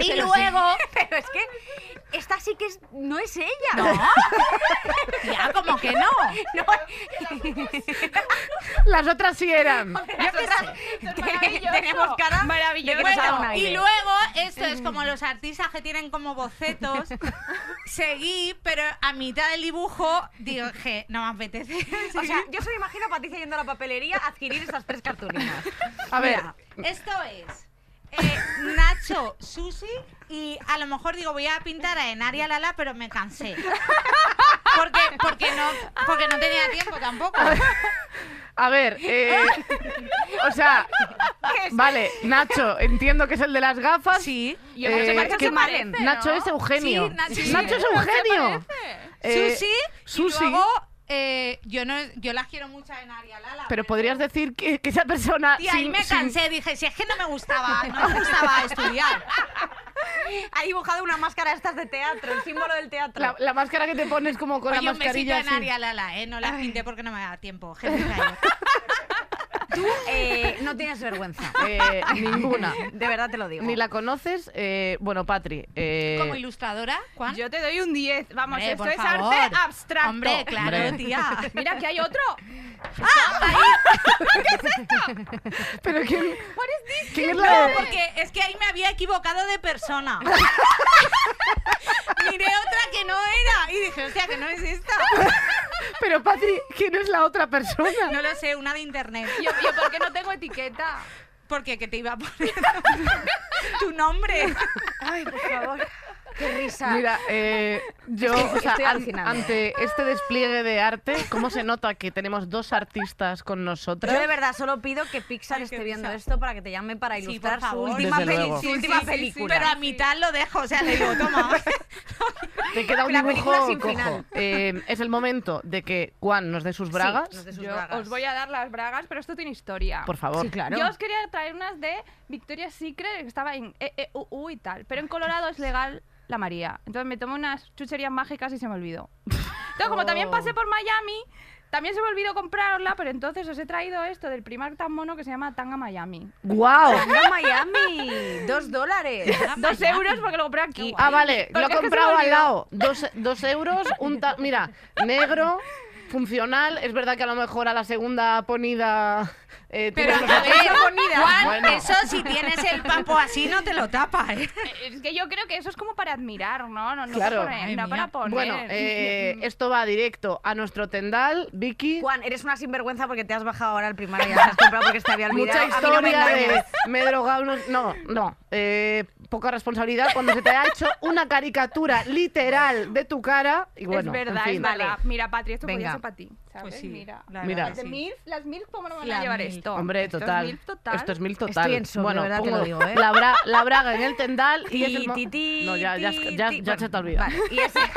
S6: y luego.
S3: Pero es que esta sí que es- no es ella.
S6: Tía, como que no.
S3: No.
S2: Las otras sí eran.
S3: Yo
S4: maravilloso.
S3: tenemos cara
S4: Maravilloso.
S3: de que nos haga un
S6: Bueno,
S3: aire. Mm.
S6: y luego esto es como los artistas que tienen como bocetos. Seguí, pero a mitad del dibujo dije, no me apetece.
S3: O sea, yo se me imagino a Patricia yendo a la papelería a adquirir esas tres cartulinas.
S2: A ver,
S6: Esto es eh, Nacho, Susi y a lo mejor digo voy a pintar a Enaria Lala, pero me cansé. Porque, porque, no, porque no tenía tiempo tampoco.
S2: a ver. eh, o sea, vale, Nacho, entiendo que es el de las gafas.
S6: Sí.
S4: Y otra cosa
S2: es
S4: que
S2: que
S4: se parece, ¿no?
S2: Nacho es Eugenio.
S6: Sí, Nacho- sí.
S2: es Eugenio. Eh,
S6: Susi,
S2: Susi.
S6: Y luego, eh, yo, no, yo las quiero mucho a Enaria Lala.
S2: Pero podrías decir que, que esa persona.
S6: Tía, ahí
S2: sin-
S6: me
S2: sin-
S6: cansé, dije, si es que no me gustaba, no me gustaba estudiar.
S3: Ha dibujado una máscara estas de teatro, el símbolo del teatro.
S2: la, la máscara que te pones como con
S6: Oye,
S2: la
S6: un besito
S2: mascarilla.
S6: a
S2: así.
S6: Enaria Lala, ¿eh? No las pinté porque no me da tiempo. Gente mayor.
S3: Tú eh, no tienes vergüenza.
S2: Eh, ninguna.
S3: De verdad te lo digo.
S2: Ni la conoces. eh, bueno, Patri. eh,
S6: Como ilustradora, Juan.
S4: Yo te doy un 10. Vamos,
S6: Hombre,
S4: esto
S6: por
S4: es
S6: favor.
S4: arte abstracto.
S6: Hombre, claro,
S2: Hombre.
S6: tía.
S4: Mira, que hay otro.
S2: Pero quién. ¿Quién es la de-
S6: No, porque es que ahí me había equivocado de persona. Miré otra que no era y dije, hostia, que no es esta.
S2: Pero Patri, ¿quién es la otra persona?
S6: No lo sé, una de internet.
S4: Yo, yo ¿por qué no tengo etiqueta?
S6: Porque que te iba a poner tu nombre.
S3: Ay, por favor. Qué risa.
S2: Mira, eh, yo,
S3: Es que
S2: o sea,
S3: estoy
S2: an-
S3: alucinando.
S2: ante este despliegue de arte, ¿cómo se nota que tenemos dos artistas con nosotras?
S3: Yo de verdad solo pido que Pixar
S6: Ay, qué
S3: esté viendo
S6: risa.
S3: esto para que te llamen para
S6: Sí,
S3: ilustrar
S6: por
S3: su
S6: favor.
S3: última,
S2: Desde
S3: peli-
S2: luego.
S3: su
S6: Sí,
S3: última
S6: sí, sí, sí,
S3: película.
S6: Pero a mitad lo dejo, o sea, le digo, toma.
S2: Te queda un
S3: La película
S2: dibujo
S3: sin
S2: cojo.
S3: final.
S2: Eh, es el momento de que Juan nos dé sus bragas.
S3: Sí, nos de sus
S4: Yo
S3: bragas.
S4: os voy a dar las bragas, pero esto tiene historia.
S2: Por favor.
S3: Sí, claro.
S4: Yo os quería traer unas de Victoria's Secret, que estaba en E, EEUU y tal. Pero en Colorado es legal la María. Entonces me tomé unas chucherías mágicas y se me olvidó. Entonces, como
S3: Oh.
S4: también pasé por Miami, también se me olvidó comprarla, pero entonces os he traído esto del primer tan mono que se llama Tanga Miami.
S2: ¡Guau!
S3: Venga, Miami! ¡Dos dólares!
S4: Dos euros porque lo compré aquí.
S2: Ah, vale, lo
S4: Porque es que
S2: he
S4: se me
S2: comprado al
S4: olvidó.
S2: lado. Dos, dos euros, un ta- Mira, negro, funcional. Es verdad que a lo mejor a la segunda ponida eh,
S6: Pero
S2: tienes
S6: a
S2: que-
S6: ver, Juan,
S2: Bueno.
S6: eso si tienes el pampo así no te lo tapa, ¿eh?
S4: Es que yo creo que eso es como para admirar, ¿no? No, no,
S2: Claro.
S4: para, poner,
S6: Ay,
S4: no
S6: mía.
S4: para poner.
S2: Bueno, eh, esto va directo a nuestro tendal, Vicky.
S3: Juan, eres una sinvergüenza porque te has bajado ahora al primario y ya te has comprado porque se te había olvidado.
S2: Mucha
S3: A mí no me
S2: historia
S3: engañes.
S2: de me he drogado. No, no. no. Eh, poca responsabilidad cuando se te ha hecho una caricatura literal de tu cara. Y bueno,
S4: es verdad,
S2: en
S4: es
S2: fin.
S4: verdad. Mira, Patri, esto
S3: Venga.
S4: podía ser para ti. ¿sabes? Mira.
S6: Pues la
S2: Mira.
S6: verdad
S4: De
S6: que sí.
S4: MILF, las MILF, ¿cómo no van
S6: Las
S4: a llevar
S6: MILF.
S4: esto?
S2: Hombre,
S4: Esto es
S2: total.
S4: MILF total.
S2: Esto es mil total.
S3: Estoy en shock, de
S2: bueno,
S3: verdad te
S2: pongo
S3: lo digo, ¿eh?
S2: la, bra- la braga en el tendal y es
S3: Ti,
S2: el mo-
S3: ti, ti,
S2: No, ya, ya,
S3: ti,
S2: ya-
S3: ti.
S2: ya se te olvida.
S3: Vale, y ese es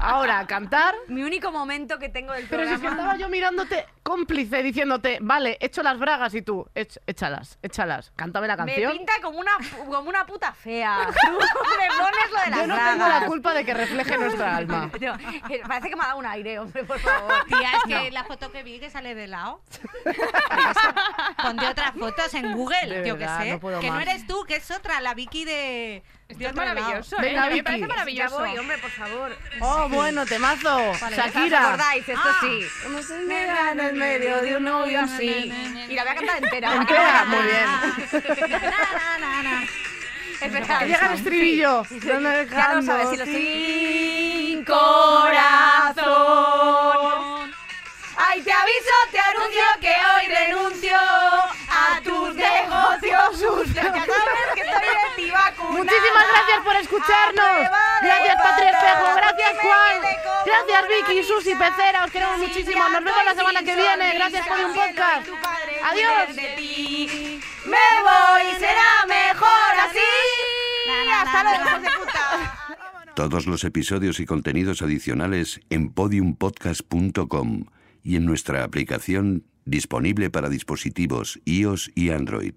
S2: Ahora, a cantar.
S3: mi único momento que tengo del
S2: Pero si es que
S3: programa.
S2: estaba yo mirándote cómplice, diciéndote, vale, echo las bragas y tú, "Ech- échalas, échalas, cántame la
S3: me
S2: canción.
S3: pinta como una, como una puta fea. Tú me pones lo de las
S2: Yo no tengo
S3: bragas.
S2: la culpa de que refleje nuestra alma.
S3: No, eh, parece que me ha dado un aire, hombre, por favor.
S6: Tía, es que la foto que vi que sale de lado. Ponte otras fotos en Google,
S2: De
S6: yo
S2: verdad,
S6: que sé.
S2: no puedo
S6: que no
S2: más.
S6: eres tú, que es otra, la Vicky de.
S4: Esto
S6: de
S4: es
S6: otro lado.
S4: maravilloso, ¿eh?
S2: Venga,
S4: A mí
S2: Vicky.
S4: me parece
S3: Ya
S4: maravilloso.
S3: voy, hombre, por favor.
S2: Oh, bueno, temazo.
S3: ¿Os
S2: Shakira.
S3: acordáis? Esto sí. en el medio de un novio así. Y la voy a cantar entera. Ah.
S2: Entera, muy bien.
S6: Na, na, na, na.
S3: Empezamos.
S2: Que llega el estribillo. No me
S3: Ya no
S2: dejando.
S3: sabes si lo sin corazón. Ay, te aviso, te anuncio que hoy renuncio a tus negocios sucios. Que sabes que estoy en ti vacunada.
S2: Muchísimas gracias por
S3: A
S2: escucharnos.
S3: prueba de
S2: Gracias, Patri
S3: patas.
S2: Espejo. Gracias,
S3: Que me
S2: Juan.
S3: quede como
S2: Gracias,
S3: una
S2: Vicky, Susi,
S3: risa.
S2: Pecera. Os queremos
S3: Sin
S2: muchísimo. Nos vemos la
S3: llanto y
S2: semana
S3: sin
S2: que viene.
S3: sonrisa,
S2: Gracias por un
S3: cielo y
S2: podcast.
S3: tu padre
S2: Adiós.
S3: cuiden de ti. Me voy, será mejor así. Hasta luego, hijos de puta.
S5: Todos los episodios y contenidos adicionales en podiumpodcast.com y en nuestra aplicación disponible para dispositivos iOS y Android.